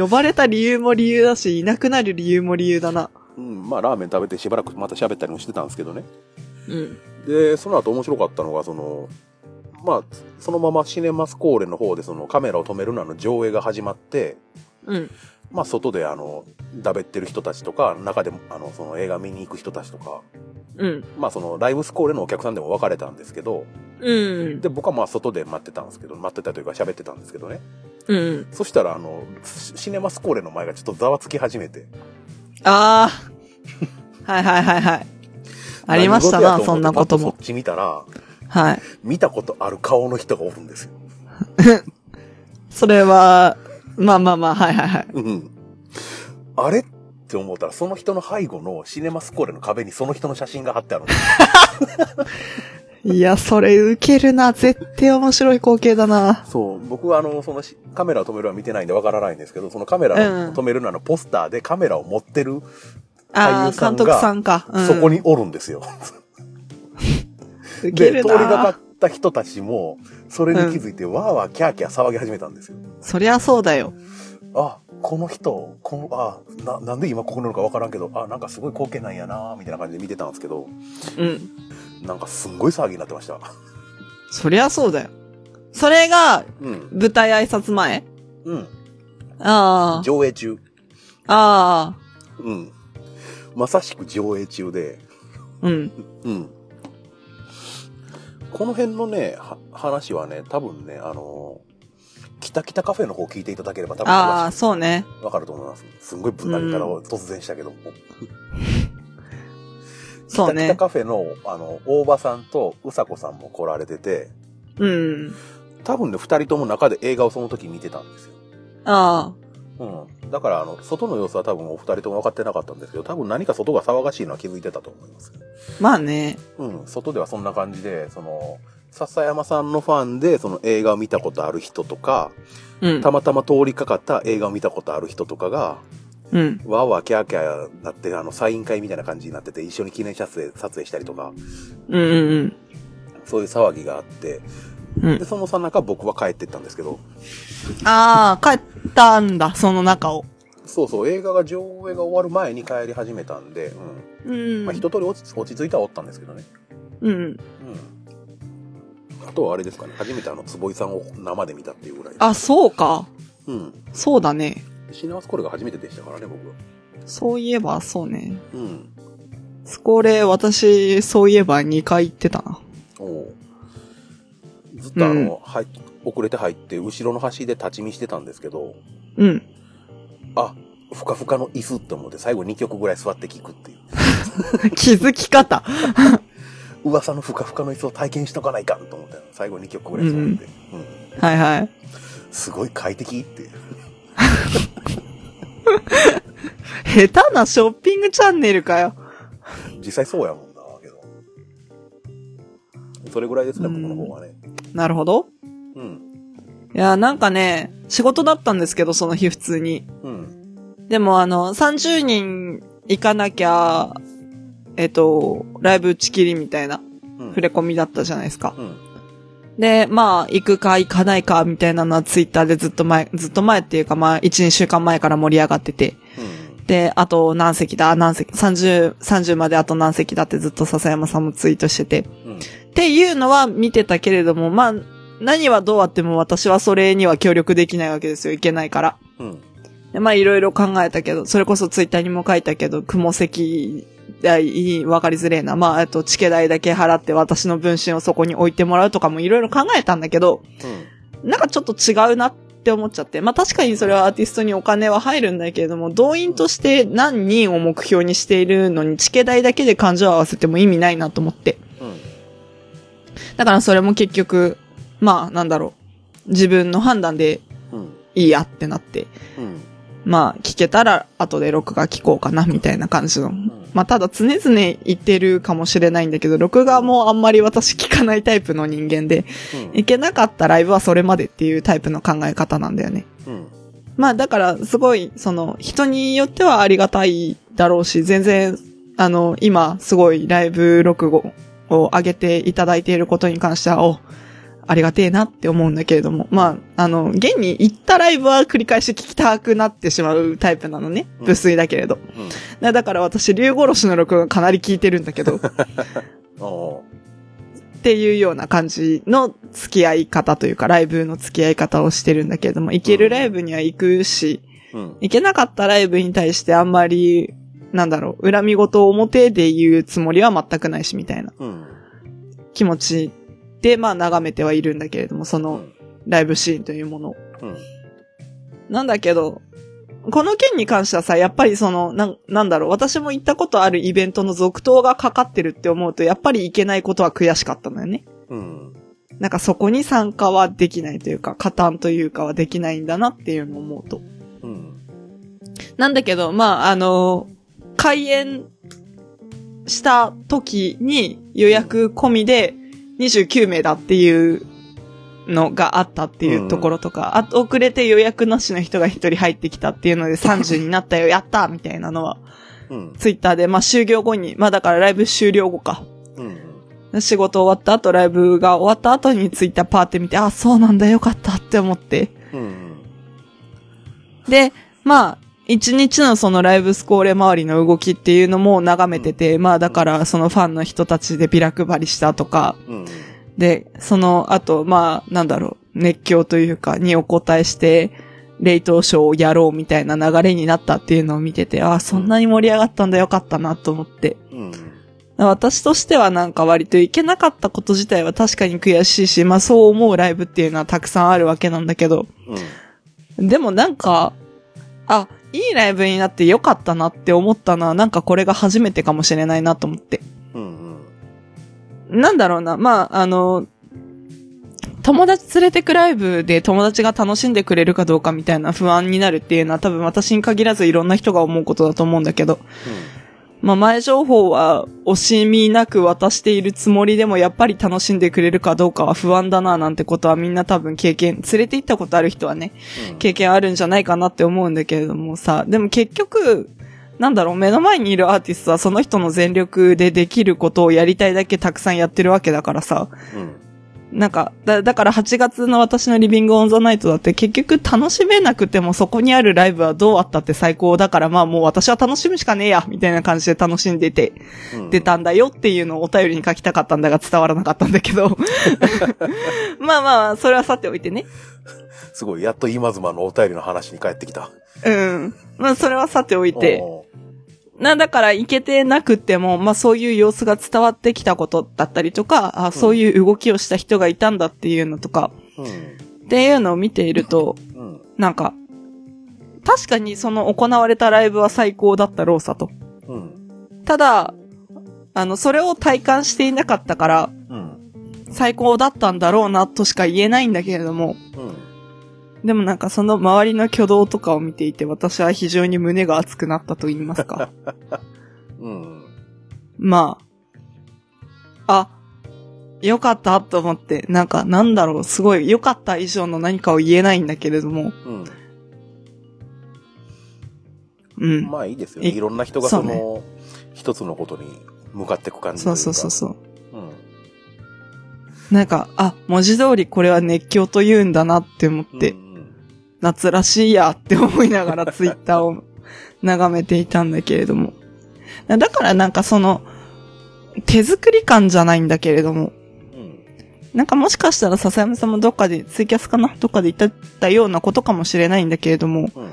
D: 呼ばれた理由も理由だし、いなくなる理由も理由だな。
C: うん、まあラーメン食べてしばらくまた喋ったりもしてたんですけどね。
D: うん。
C: で、その後面白かったのが、その、まあ、そのままシネマスコーレの方でそのカメラを止めるなの上映が始まって、
D: うん。
C: まあ外であの、だべってる人たちとか、中でもあの、その映画見に行く人たちとか、
D: うん。
C: まあそのライブスコーレのお客さんでも分かれたんですけど、
D: うん。
C: で、僕はまあ外で待ってたんですけど、待ってたというか喋ってたんですけどね。
D: うん。
C: そしたら、あの、シシネマスコーレの前がちょっとざわつき始めて。
D: ああ。はいはいはいはい。ありましたな、
C: 何事や思
D: そ
C: って
D: んなこと
C: パッ
D: も
C: そ。っち見たら、
D: はい。
C: 見たことある顔の人がおるんですよ。
D: それは、まあまあまあ、はいはいはい。
C: うん。あれって思ったら、その人の背後のシネマスコーレの壁にその人の写真が貼ってあるんですよ
D: いや、それウケるな。絶対面白い光景だな。
C: そう。僕はあの、そのしカメラを止めるは見てないんでわからないんですけど、そのカメラを止めるのはあのポスターでカメラを持ってる、
D: あ
C: 俳優
D: あ、
C: さん
D: 監
C: が
D: 督さんか。うん、
C: そこにおるんですよ。
D: ウケ
C: で、
D: る
C: 通りがか
D: な。
C: った人たちも、それに気づいて、わーわーキャーキャー騒ぎ始めたんですよ。
D: そりゃそうだよ。
C: あ、この人、この、あ、な、なんで今ここなのかわからんけど、あ、なんかすごい光景なんやなーみたいな感じで見てたんですけど、
D: うん。
C: なんかすんごい騒ぎになってました。
D: そりゃそうだよ。それが、
C: うん。
D: 舞台挨拶前
C: うん。
D: あ
C: 上映中。
D: あ。ああ。
C: うん。まさしく上映中で、
D: うん。
C: うん。この辺のね、は話はね、多分ね、あのー、キタキタカフェの方聞いていただければ多分
D: ああ、
C: 詳し
D: そうね。
C: くわかると思います。すんごいぶん投げ方を突然したけども。
D: そ
C: キタ
D: う
C: キ
D: ね
C: タ。カフェの、あの、大場さんとうさこさんも来られてて、
D: うん。
C: 多分ね、二人とも中で映画をその時見てたんですよ。
D: あ
C: うん。だから、あの、外の様子は多分お二人とも分かってなかったんですけど、多分何か外が騒がしいのは気づいてたと思います。
D: あ。まあね。
C: うん、外ではそんな感じで、その、笹山さんのファンで、その映画を見たことある人とか、
D: うん
C: た。またま通りかかった映画を見たことある人とかが、
D: うん。
C: わーわーキャーキャーなって、あの、サイン会みたいな感じになってて、一緒に記念撮影、撮影したりとか、
D: うんうん
C: そういう騒ぎがあって、
D: うん。うん
C: で、。そのさなか僕は帰ってったんですけど、
D: ああ、帰ったんだ、その中を。
C: そうそう、映画が上映が終わる前に帰り始めたんで、
D: う。
C: うんん。まあ、一通り落ち落ち着いたはおったんですけどね。
D: うん。
C: うん。あとはあれですかね、初めてあの、坪井さんを生で見たっていうぐらい。
D: あ、そうか。
C: うん。
D: そうだね。
C: シネマスコールが初めてでしたからね、僕は。
D: そういえば、そうね。
C: うん。
D: スコーレ、私、そういえば2回行ってたな。
C: おうずっとあの、
D: う
C: はい、遅れて入って、後ろの端で立ち見してたんですけど、
D: うん。
C: あ、ふかふかの椅子って思って、最後2曲ぐらい座って聞くっていう。
D: 気づき方。
C: 噂のふかふかの椅子を体験しとかないかんと思って、最後2曲ぐらい座って。
D: う
C: うんん。
D: はいはい。
C: すごい快適って。
D: 下手なショッピングチャンネルかよ。
C: 実際そうやもんな、けど。それぐらいですね、
D: うん
C: 僕の方はね。
D: なるほど。
C: うん。
D: いや、なんかね、仕事だったんですけど、その日普通に。
C: うん。
D: でも、あの、30人行かなきゃ、えっと、ライブ打ち切りみたいな
C: うん。
D: 触れ込みだったじゃないですか。
C: うん。
D: で、まあ、行くか行かないかみたいなのはツイッターでずっと前、ずっと前っていうかまあ、1、2週間前から盛り上がってて。で、あと何席だ、何席、30、30まであと何席だってずっと笹山さんもツイートしてて。
C: うん。うん。
D: っていうのは見てたけれども、まあ、何はどうあっても私はそれには協力できないわけですよ。いけないから。
C: うん。
D: でまあ、いろいろ考えたけど、それこそツイッターにも書いたけど、雲席、あいい、わかりづれえな。まあ、あと、チケ代だけ払って私の分身をそこに置いてもらうとかもいろいろ考えたんだけど、なんかちょっと違うなって思っちゃって。まあ確かにそれはアーティストにお金は入るんだけれども、動員として何人を目標にしているのに、チケ代だけで感情を合わせても意味ないなと思って。
C: うん。
D: だからそれも結局、まあなんだろう。自分の判断で
C: うん。
D: いいやってなって。
C: うん。
D: まあ聞けたら後で録画聞こうかなみたいな感じの。まあただ常々言ってるかもしれないんだけど、録画もあんまり私聞かないタイプの人間で、
C: うん
D: 行けなかったライブはそれまでっていうタイプの考え方なんだよね。
C: うん。
D: まあだからすごいその人によってはありがたいだろうし、全然あの今すごいライブ録画を上げていただいていることに関しては、お、ありがてえなって思うんだけれども、まああの現に行ったライブは繰り返し聞きたくなってしまうタイプなのね。
C: うん
D: 無粋だけれど。
C: うん。
D: なだから私竜殺しの録画かなり聞いてるんだけど、っ
C: お
D: ていうような感じの付き合い方というかライブの付き合い方をしてるんだけれども、行けるライブには行くし、
C: ーうん。
D: 行けなかったライブに対してあんまり、なんだろう、恨み事を表で言うつもりは全くないし、みたいな
C: うん。
D: 気持ちで、まあ眺めてはいるんだけれども、その
C: う
D: ライブシーンというものを。
C: ん。
D: なんだけど、この件に関してはさ、やっぱりその、なん、なんだろう、私も行ったことあるイベントの続投がかかってるって思うと、やっぱり行けないことは悔しかったんだよね。
C: うん。
D: なんかそこに参加はできないというか、加担というかはできないんだなっていうのを思うと。
C: うん。
D: なんだけど、まあ、あの、開演した時に予約込みで29名だっていうのがあったっていうところとか、あと遅れて予約なしの人が一人入ってきたっていうので30になったよ、や <laughs> ったみたいなのは、
C: うん。
D: ツイッターで、まあ、終業後に、まあだからライブ終了後か。
C: うん。
D: 仕事終わった後、ライブが終わった後にツイッターパーって見て、あ、そうなんだ、よかったって思って。
C: うん。
D: で、まあ、一日のそのライブスコーレ周りの動きっていうのも眺めてて、まあだからそのファンの人たちでビラ配りしたとか、
C: うん。
D: で、その後、まあなんだろう、熱狂というかにお答えして、冷凍ショーをやろうみたいな流れになったっていうのを見てて、ああ、そんなに盛り上がったんだよかったなと思って。
C: うん。
D: 私としてはなんか割といけなかったこと自体は確かに悔しいし、まあそう思うライブっていうのはたくさんあるわけなんだけど、
C: うん。
D: でもなんか、あ、いいライブになってよかったなって思ったのは、なんかこれが初めてかもしれないなと思って。
C: うん。
D: なんだろうな、まあ、あの、友達連れてくライブで友達が楽しんでくれるかどうかみたいな不安になるっていうのは多分私に限らずいろんな人が思うことだと思うんだけど、まあ、前情報は惜しみなく渡しているつもりでもやっぱり楽しんでくれるかどうかは不安だななんてことはみんな多分経験、連れて行ったことある人はね、経験あるんじゃないかなって思うんだけれどもさ、でも結局、なんだろう、目の前にいるアーティストはその人の全力でできることをやりたいだけたくさんやってるわけだからさ、
C: うん。
D: なんか、だだから8月の私のリビングオンザナイトだって結局楽しめなくてもそこにあるライブはどうあったって最高だからまあもう私は楽しむしかねえや、みたいな感じで楽しんでて、
C: うん。
D: 出。たんだよっていうのをお便りに書きたかったんだが伝わらなかったんだ
C: <laughs>
D: けど。まあまあ、それはさておいてね。
C: すごい、やっと今妻のお便りの話に帰ってきた。
D: うん。まあ、それはさておいて。
C: おー
D: な、だから、いけてなくても、まあ、そういう様子が伝わってきたことだったりとか、あそういう動きをした人がいたんだっていうのとか、っていうのを見ていると、
C: うん。うん。
D: なんか、確かにその行われたライブは最高だったろうさと。
C: うん。
D: ただ、あの、それを体感していなかったから、
C: うん。
D: 最高だったんだろうなとしか言えないんだけれども、
C: うん。
D: でもなんかその周りの挙動とかを見ていて私は非常に胸が熱くなったと言いますか。
C: うん。
D: まあ、あ、よかったと思って、なんかなんだろう、すごい良かった以上の何かを言えないんだけれども、
C: うん。
D: うん。
C: まあいいですよね。
D: え
C: いろんな人がそ
D: そ
C: の、一つのことに向かっていく感じとい
D: そうう
C: か
D: そうそうそう。
C: うん。
D: なんか、あ、文字通りこれは熱狂と言うんだなって思っ
C: うん。
D: て、
C: うん
D: 夏らしいやって思いながらツイッターを眺めていたんだけれども。だからなんかその、手作り感じゃないんだけれども、
C: うん。
D: なんかもしかしたら笹山さんもどっかで、ツイキャスかなどっかで言ったようなことかもしれないんだけれども、
C: うん。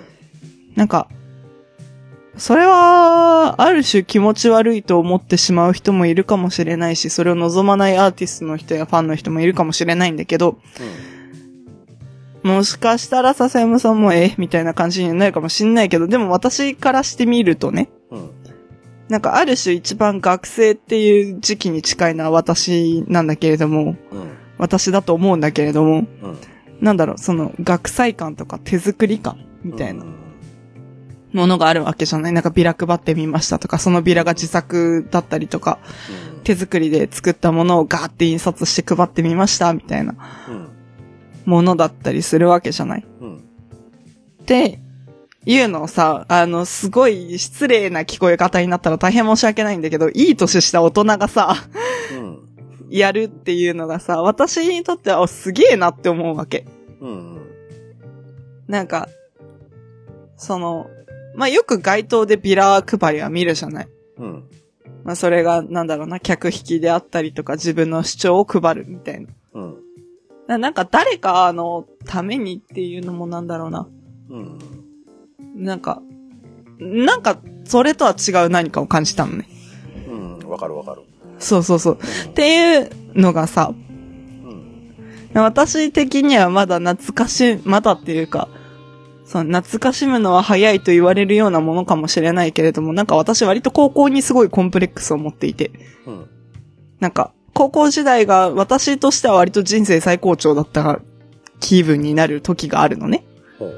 D: なんか、それは、ある種気持ち悪いと思ってしまう人もいるかもしれないし、それを望まないアーティストの人やファンの人もいるかもしれないんだけど、もしかしたら笹山さんもえみたいな感じになるかもしんないけど、でも私からしてみるとね、
C: うん。うん。
D: なんかある種一番学生っていう時期に近いのは私なんだけれども、
C: うん。
D: 私だと思うんだけれども、
C: うん。
D: なんだろう、その学祭感とか手作り感みたいな
C: うん。
D: ものがあるわけじゃない。なんかビラ配ってみましたとか、そのビラが自作だったりとか、手作りで作ったものをガーって印刷して配ってみましたみたいな
C: うん。
D: ものだったりするわけじゃない。
C: うん。うん。
D: っていうのをさ、あの、すごい失礼な聞こえ方になったら大変申し訳ないんだけど、いい年した大人がさ、 <laughs>
C: うん。
D: やるっていうのがさ、私にとっては、あすげえなって思うわけ。
C: うん。
D: なんか、その、まあ、よく街頭でビラ配りは見るじゃない。
C: うん。
D: まあ、それが、なんだろうな、客引きであったりとか、自分の主張を配るみたいな。
C: うん。
D: ななんか、誰かのためにっていうのもなんだろうな。
C: うん。
D: なんか、なんか、それとは違う何かを感じたのね。
C: うん。わかるわかる。
D: そうそうそう。っていうのがさ、
C: うん。
D: 私的にはまだ懐かしい、まだっていうか、その懐かしむのは早いと言われるようなものかもしれないけれども、なんか私割と高校にすごいコンプレックスを持っていて、
C: うん。
D: なんか高校時代が私としては割と人生最高潮だった気分になる時があるのね。
C: ほう。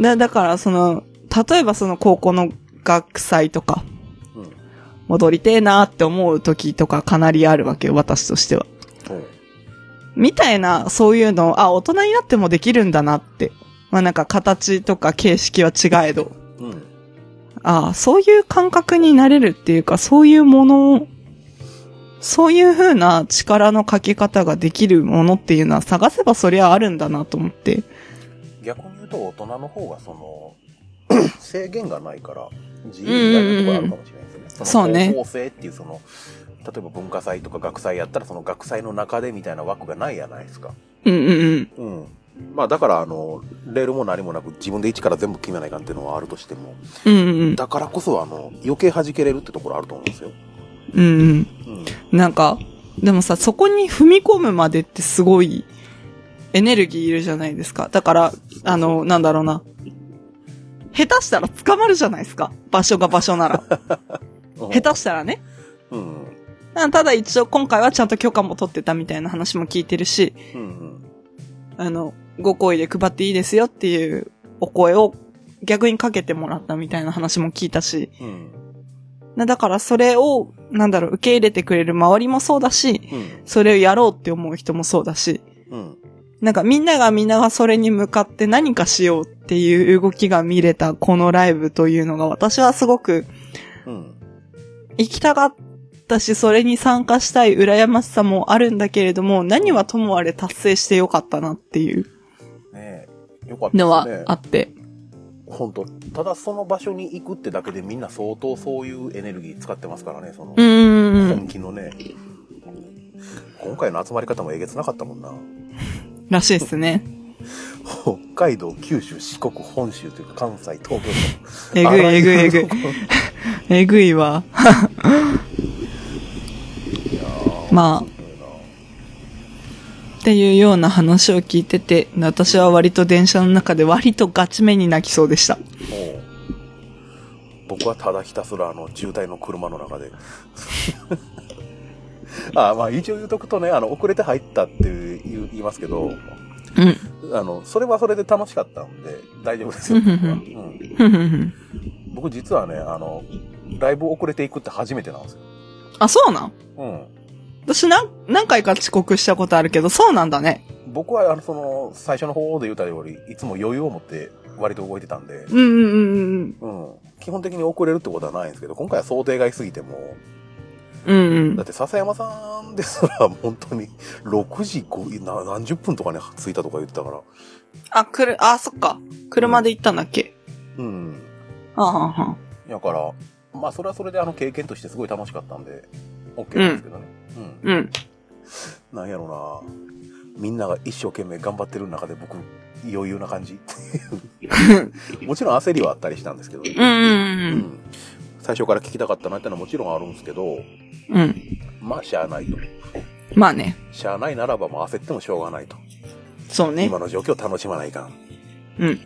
D: だだからその、例えばその高校の学祭とか、
C: うん。
D: 戻りてえなって思う時とかかなりあるわけよ、私としては。
C: ほう。
D: みたいな、そういうのを、あ、大人になってもできるんだなって。まあなんか形とか形式は違えど、
C: うん。
D: ああ、そういう感覚になれるっていうか、そういうものを、そういう風な力のかけ方ができるものっていうのは探せばそりゃあるんだなと思って。
C: 逆に言うと大人の方がその制限がないから自由にやるところあるかもしれないですね。
D: ん
C: そ
D: そう
C: の
D: ね
C: 高校生っていうその例えば文化祭とか学祭やったらその学祭の中でみたいな枠がないじゃないですか。
D: うんうんうん。
C: うん。まあだからあのレールも何もなく自分で一から全部決めないかんっていうのはあるとしても
D: うんうん
C: だからこそあの余計弾けれるってところあると思うんですよ。
D: うん。うんうん。
C: うん。
D: なんか、でもさ、そこに踏み込むまでってすごいエネルギーいるじゃないですか。だから、あの、なんだろうな。下手したら捕まるじゃないですか。場所が場所なら。下手したらね。
C: うん。
D: あただ一応今回はちゃんと許可も取ってたみたいな話も聞いてるし、
C: うんうん。
D: あの、ご好意で配っていいですよっていうお声を逆にかけてもらったみたいな話も聞いたし、
C: うん。
D: なだからそれを、なんだろう、受け入れてくれる周りもそうだし、
C: うん。
D: それをやろうって思う人もそうだし、
C: うん。
D: なんかみんながみんながそれに向かって何かしようっていう動きが見れたこのライブというのが私はすごく
C: うん。
D: 行きたかったし、それに参加したい羨ましさもあるんだけれども、何はともあれ達成してよかったなっていう
C: ねえ。よかったですね。
D: のはあって。
C: 本当ただその場所に行くってだけでみんな相当そういうエネルギー使ってますからねその
D: うーん
C: 本、気のね、今回の集まり方もえげつなかったもんな
D: らしいですね。
C: 北海道九州四国本州というか関西東
D: え
C: 京
D: ぐいえぐいえぐ
C: い
D: い。えぐいわ。 <laughs> まあ、っていうような話を聞いてて、私は割と電車の中で割とガチめに泣きそうでした。
C: もう僕はただひたすらあの渋滞の車の中で <laughs> あまあ一応言うとくとねあの遅れて入ったっていう言う言いますけど
D: うん。
C: あの、それはそれで楽しかったんで、大丈夫ですよ、
D: うんうん
C: 僕は
D: う
C: うん。
D: ふんふんふん
C: 僕実はね、あの、ライブ遅れていくって初めてなんですよ。
D: <laughs> あ、そうなん
C: うん。
D: 私何、何回か遅刻したことあるけど、そうなんだね。
C: 僕は、あの、その、最初の方で言うたより、いつも余裕を持って割と動いてたんで、
D: うんうんう
C: う
D: ん
C: ん。基本的に遅れるってことはないんですけど、今回は想定外すぎても、
D: うん。うんうん
C: だっ。て笹山さんですら、本当に、6時5、な何十分とかね、着いたとか言ってたから、
D: あ、くる、あ、そっか。車で行ったんだっけ。
C: うん。
D: あはんはん。
C: だから、まあ、それはそれであの、経験としてすごい楽しかったんで、OK なんですけどね。うん
D: うん。
C: なんやろなみんなが一生懸命頑張ってる中で僕余裕な感じ
D: <laughs>
C: もちろん焦りはあったりしたんですけど、
D: うん
C: う
D: うん
C: ん最初から聞きたかったなってのはもちろんあるんですけど
D: うん。うん。
C: まあしゃあないと
D: まあね。
C: しゃあないならばまあ焦ってもしょうがないと
D: そうね
C: 今。の状況を楽しまないかん
D: うん。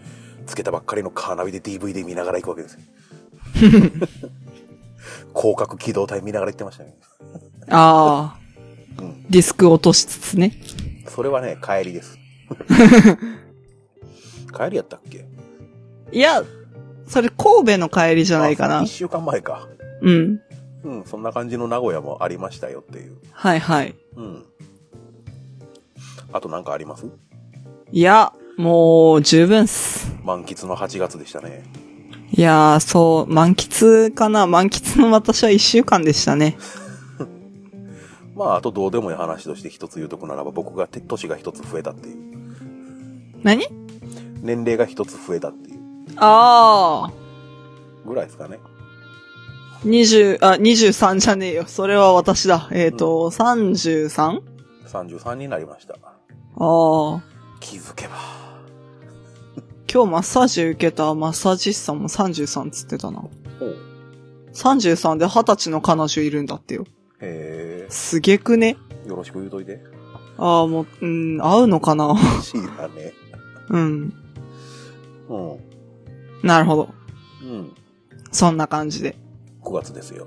C: つけたばっかりのカーナビで DVD 見ながら行くわけ
D: <laughs>
C: ですよ広角機動隊見ながら行ってましたね
D: ああ
C: うん。
D: ディスク落としつつね。
C: それはね帰りです
D: <laughs>
C: 帰りやったっけ
D: いや、それ神戸の帰りじゃないかな
C: 1。週間前か
D: うん。
C: うん、そんな感じの名古屋もありましたよっていう。
D: はいはい。
C: うん。あとなんかあります
D: いや、もう十分っす。
C: 満喫の8月でしたね。
D: いやー、そう、満喫かな。満喫の私は一週間でしたね。
C: まあ、あとどうでもいい話として一つ言うとくならば、僕がて年が一つ増えたっていう。
D: 何
C: 年齢が一つ増えたっていう。
D: ああ。
C: ぐらいですかね。
D: 二十、あ、二十三じゃねえよ。それは私だ。えっ、ー、と、三十三
C: 33になりました。
D: ああ。
C: 気づけば。
D: 今日マッサージ受けたマッサージ師さんも33つってたな。
C: ほう。
D: 33で20歳の彼女いるんだってよ。
C: へ
D: すげくね
C: え。よろしく言うとい <laughs> て。
D: <laughs> ああ、もう、うん、合うのかな
C: 知らね
D: う
C: え。
D: ん。
C: うん。
D: なるほど。
C: うん。
D: そんな感じで。
C: 9月ですよ。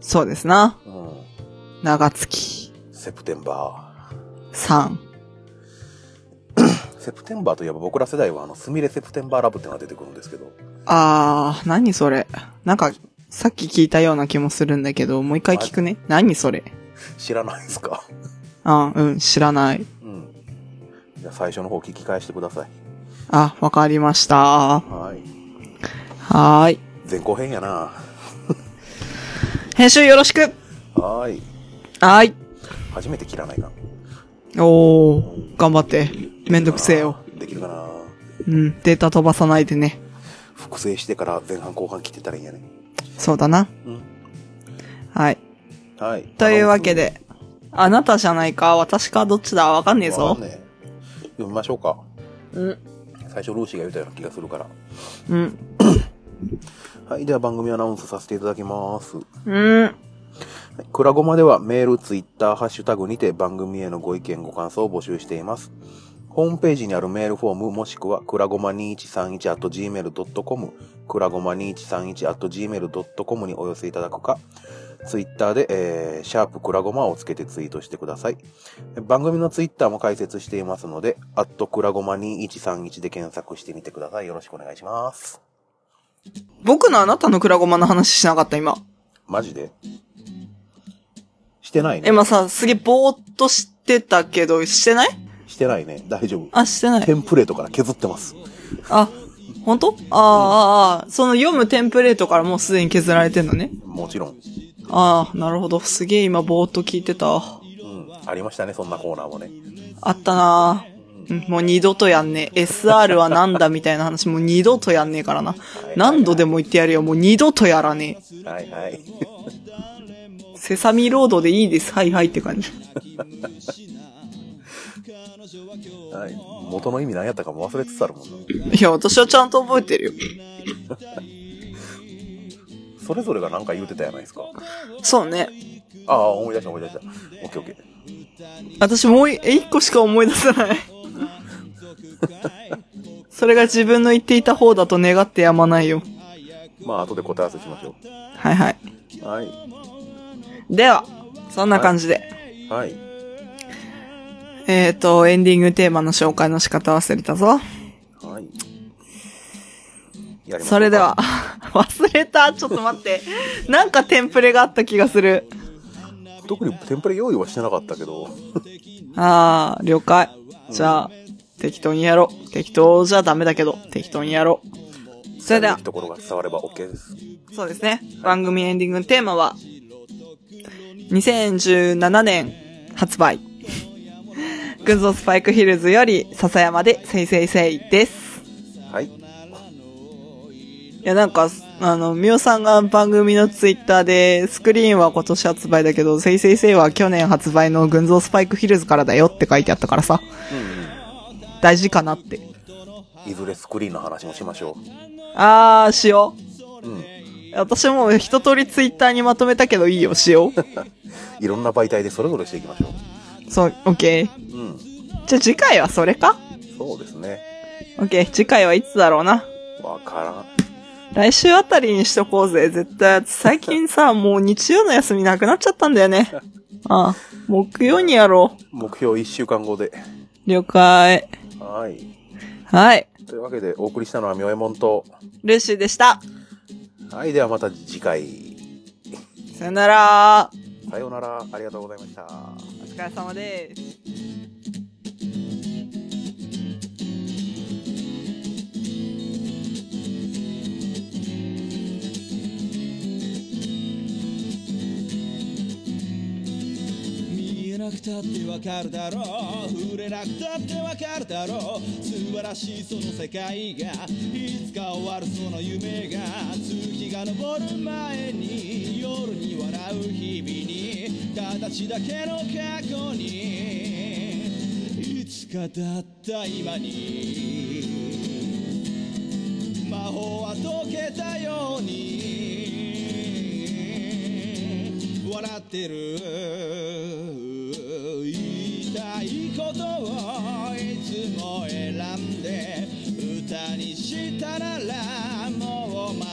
D: そうですな。
C: うん。
D: 長月
C: セプテンバ
D: さん。
C: ー。セプテンバーといえば僕ら世代はあの、スミレセプテンバーラブってのが出てくるんですけど。
D: あー、何それ。なんか、さっき聞いたような気もするんだけど、もう一回聞くね。何それ。
C: 知らないですか
D: あうん、知らない。
C: うん。じゃあ最初の方聞き返してください。
D: あ、わかりました。
C: はい。
D: はーい。
C: 前後編やな。
D: 編集よろしく
C: はーい。
D: はーい。
C: 初めて切らないか
D: おー、頑張って。めんどくせえよ。
C: な。できるかな。
D: うん、データ飛ばさないでね。
C: 複製してから前半後半切ってたらいいんやね。
D: そうだな。
C: うん。
D: はい。
C: はい。
D: というわけで、あなたじゃないか、私か、どっちだ、わかんねえ
C: わ
D: ぞ
C: かん。ねえ読みましょうか。
D: うん。
C: 最初ルーシーが言ったような気がするから。
D: うん。
C: はい。では番組アナウンスさせていただきます。
D: うん。
C: くらごまではメール、ツイッター、ハッシュタグにて番組へのご意見、ご感想を募集しています。ホームページにあるメールフォームもしくはくらごま 2131.gmail.com くらごま 2131.gmail.com にお寄せいただくか、ツイッターで、えー、シャープくらごまをつけてツイートしてください。番組のツイッターも解説していますので、アットくらごま2131で検索してみてください。よろしくお願いします。
D: 僕のあなたのクラゴマの話しなかった、今。
C: マジでしてないね。
D: 今さ、すげえぼーっとしてたけど、してない
C: してないね。大丈夫。
D: あ、してない
C: テ。ンプレートから削ってます。
D: あ、本当？あーあー、あーその読むテンプレートからもうすでに削られてんのね。
C: もちろん。
D: ああ、なるほど。すげえ今ぼーっと聞いてた。
C: うん。ありましたね、そんなコーナーもね。
D: あったなぁうんもう二度とやんねえ。SR はなんだみたいな話もう二度とやんねえからな。何度でも言ってやるよ。もう二度とやらねえ。
C: はいはい。
D: セサミロードでいいです。はいはいって感じ。
C: はい。元の意味何やったかも忘れつつあるもんな。
D: いや、私はちゃんと覚えてるよ。
C: それぞれが何か言うてたやないですか。
D: そうね。
C: ああ、思い出した思い出した。オッケーオッケ
D: 私もうい一個しか思い出せ <laughs> ない。それが自分の言っていた方だと願ってやまないよ。
C: ー。まあ、後で答え合わせしましょ
D: はいはい。
C: う。はい。
D: では、そんな感じで。
C: はい。
D: えっ、ー、と、エンディングテーマの紹介の仕方忘れたぞ。
C: はい。やりましょうか
D: それでは。、 <laughs> 忘れた。ちょっと待って。なんかテンプレがあった気がする。
C: 特にテンプレ用意はしてなかったけど、
D: あー、了解。じゃあ、適当にやろう。適当じゃダメだけど、適当にやろう。それでは
C: き、ところが伝われば OK です。
D: そうですね。番組エンディングのテーマは、2017年発売。群像スパイクヒルズより笹山でせいせいせいです。
C: はい。
D: いや、なんか、あの、みおさんが番組のツイッターで、スクリーンは今年発売だけど、せいせいせいは去年発売の群像スパイクヒルズからだよって書いてあったからさ、大事かなって。
C: いずれスクリーンの話もしましょ
D: あー、しよ
C: う。うん。
D: う。私もう一通りツイッターにまとめたけどいいよ、しよう。
C: いろんな媒体でそれぞれしていきましょ
D: そう、オッケー。
C: う。うん。
D: じゃあ次回はそれか
C: そうですね。
D: オッケー、次回はいつだろうな。
C: わからん。
D: 来週あたりにしとこうぜ、絶対。最近 <laughs> さ、もう日曜の休みなくなっちゃったんだよね。ああ、木曜にやろ
C: 目標1週間後で。
D: う。了解。
C: はい。
D: はい。
C: というわけで、お送りしたのはみょえもんと。
D: ルーシーでした。
C: はい。ではまた次回。
D: さよなら。
C: さようなら。ありがとうございました。
D: お疲れ様です。
E: 見えなくたってわかるだろう触れなくたってわかるだろう素晴らしいその世界がいつか終わるその夢が月が昇る前に夜に笑う日々に形だけの過去にいつかだった今に魔法は解けたように笑ってる言いたいことをいつも選んで歌にしたならもう満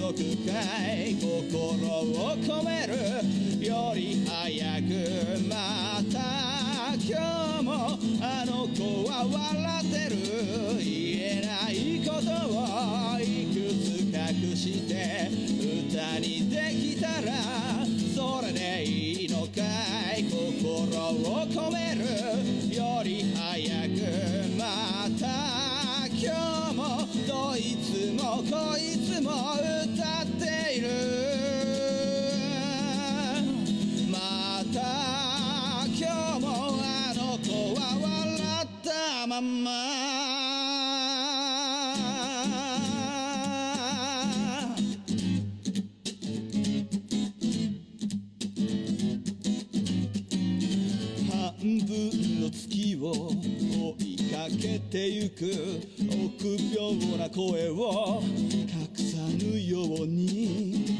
E: 足かい心を込めるより早くまた今日もあの子は笑ってる言えないことをいくつ隠して歌にできたらそれでいいのかい心を込めるより早くまた今日もどいつもこいつも歌っているまた今日もあの子は笑ったまんま半分の月を追いかけてゆく臆病な声を隠さぬように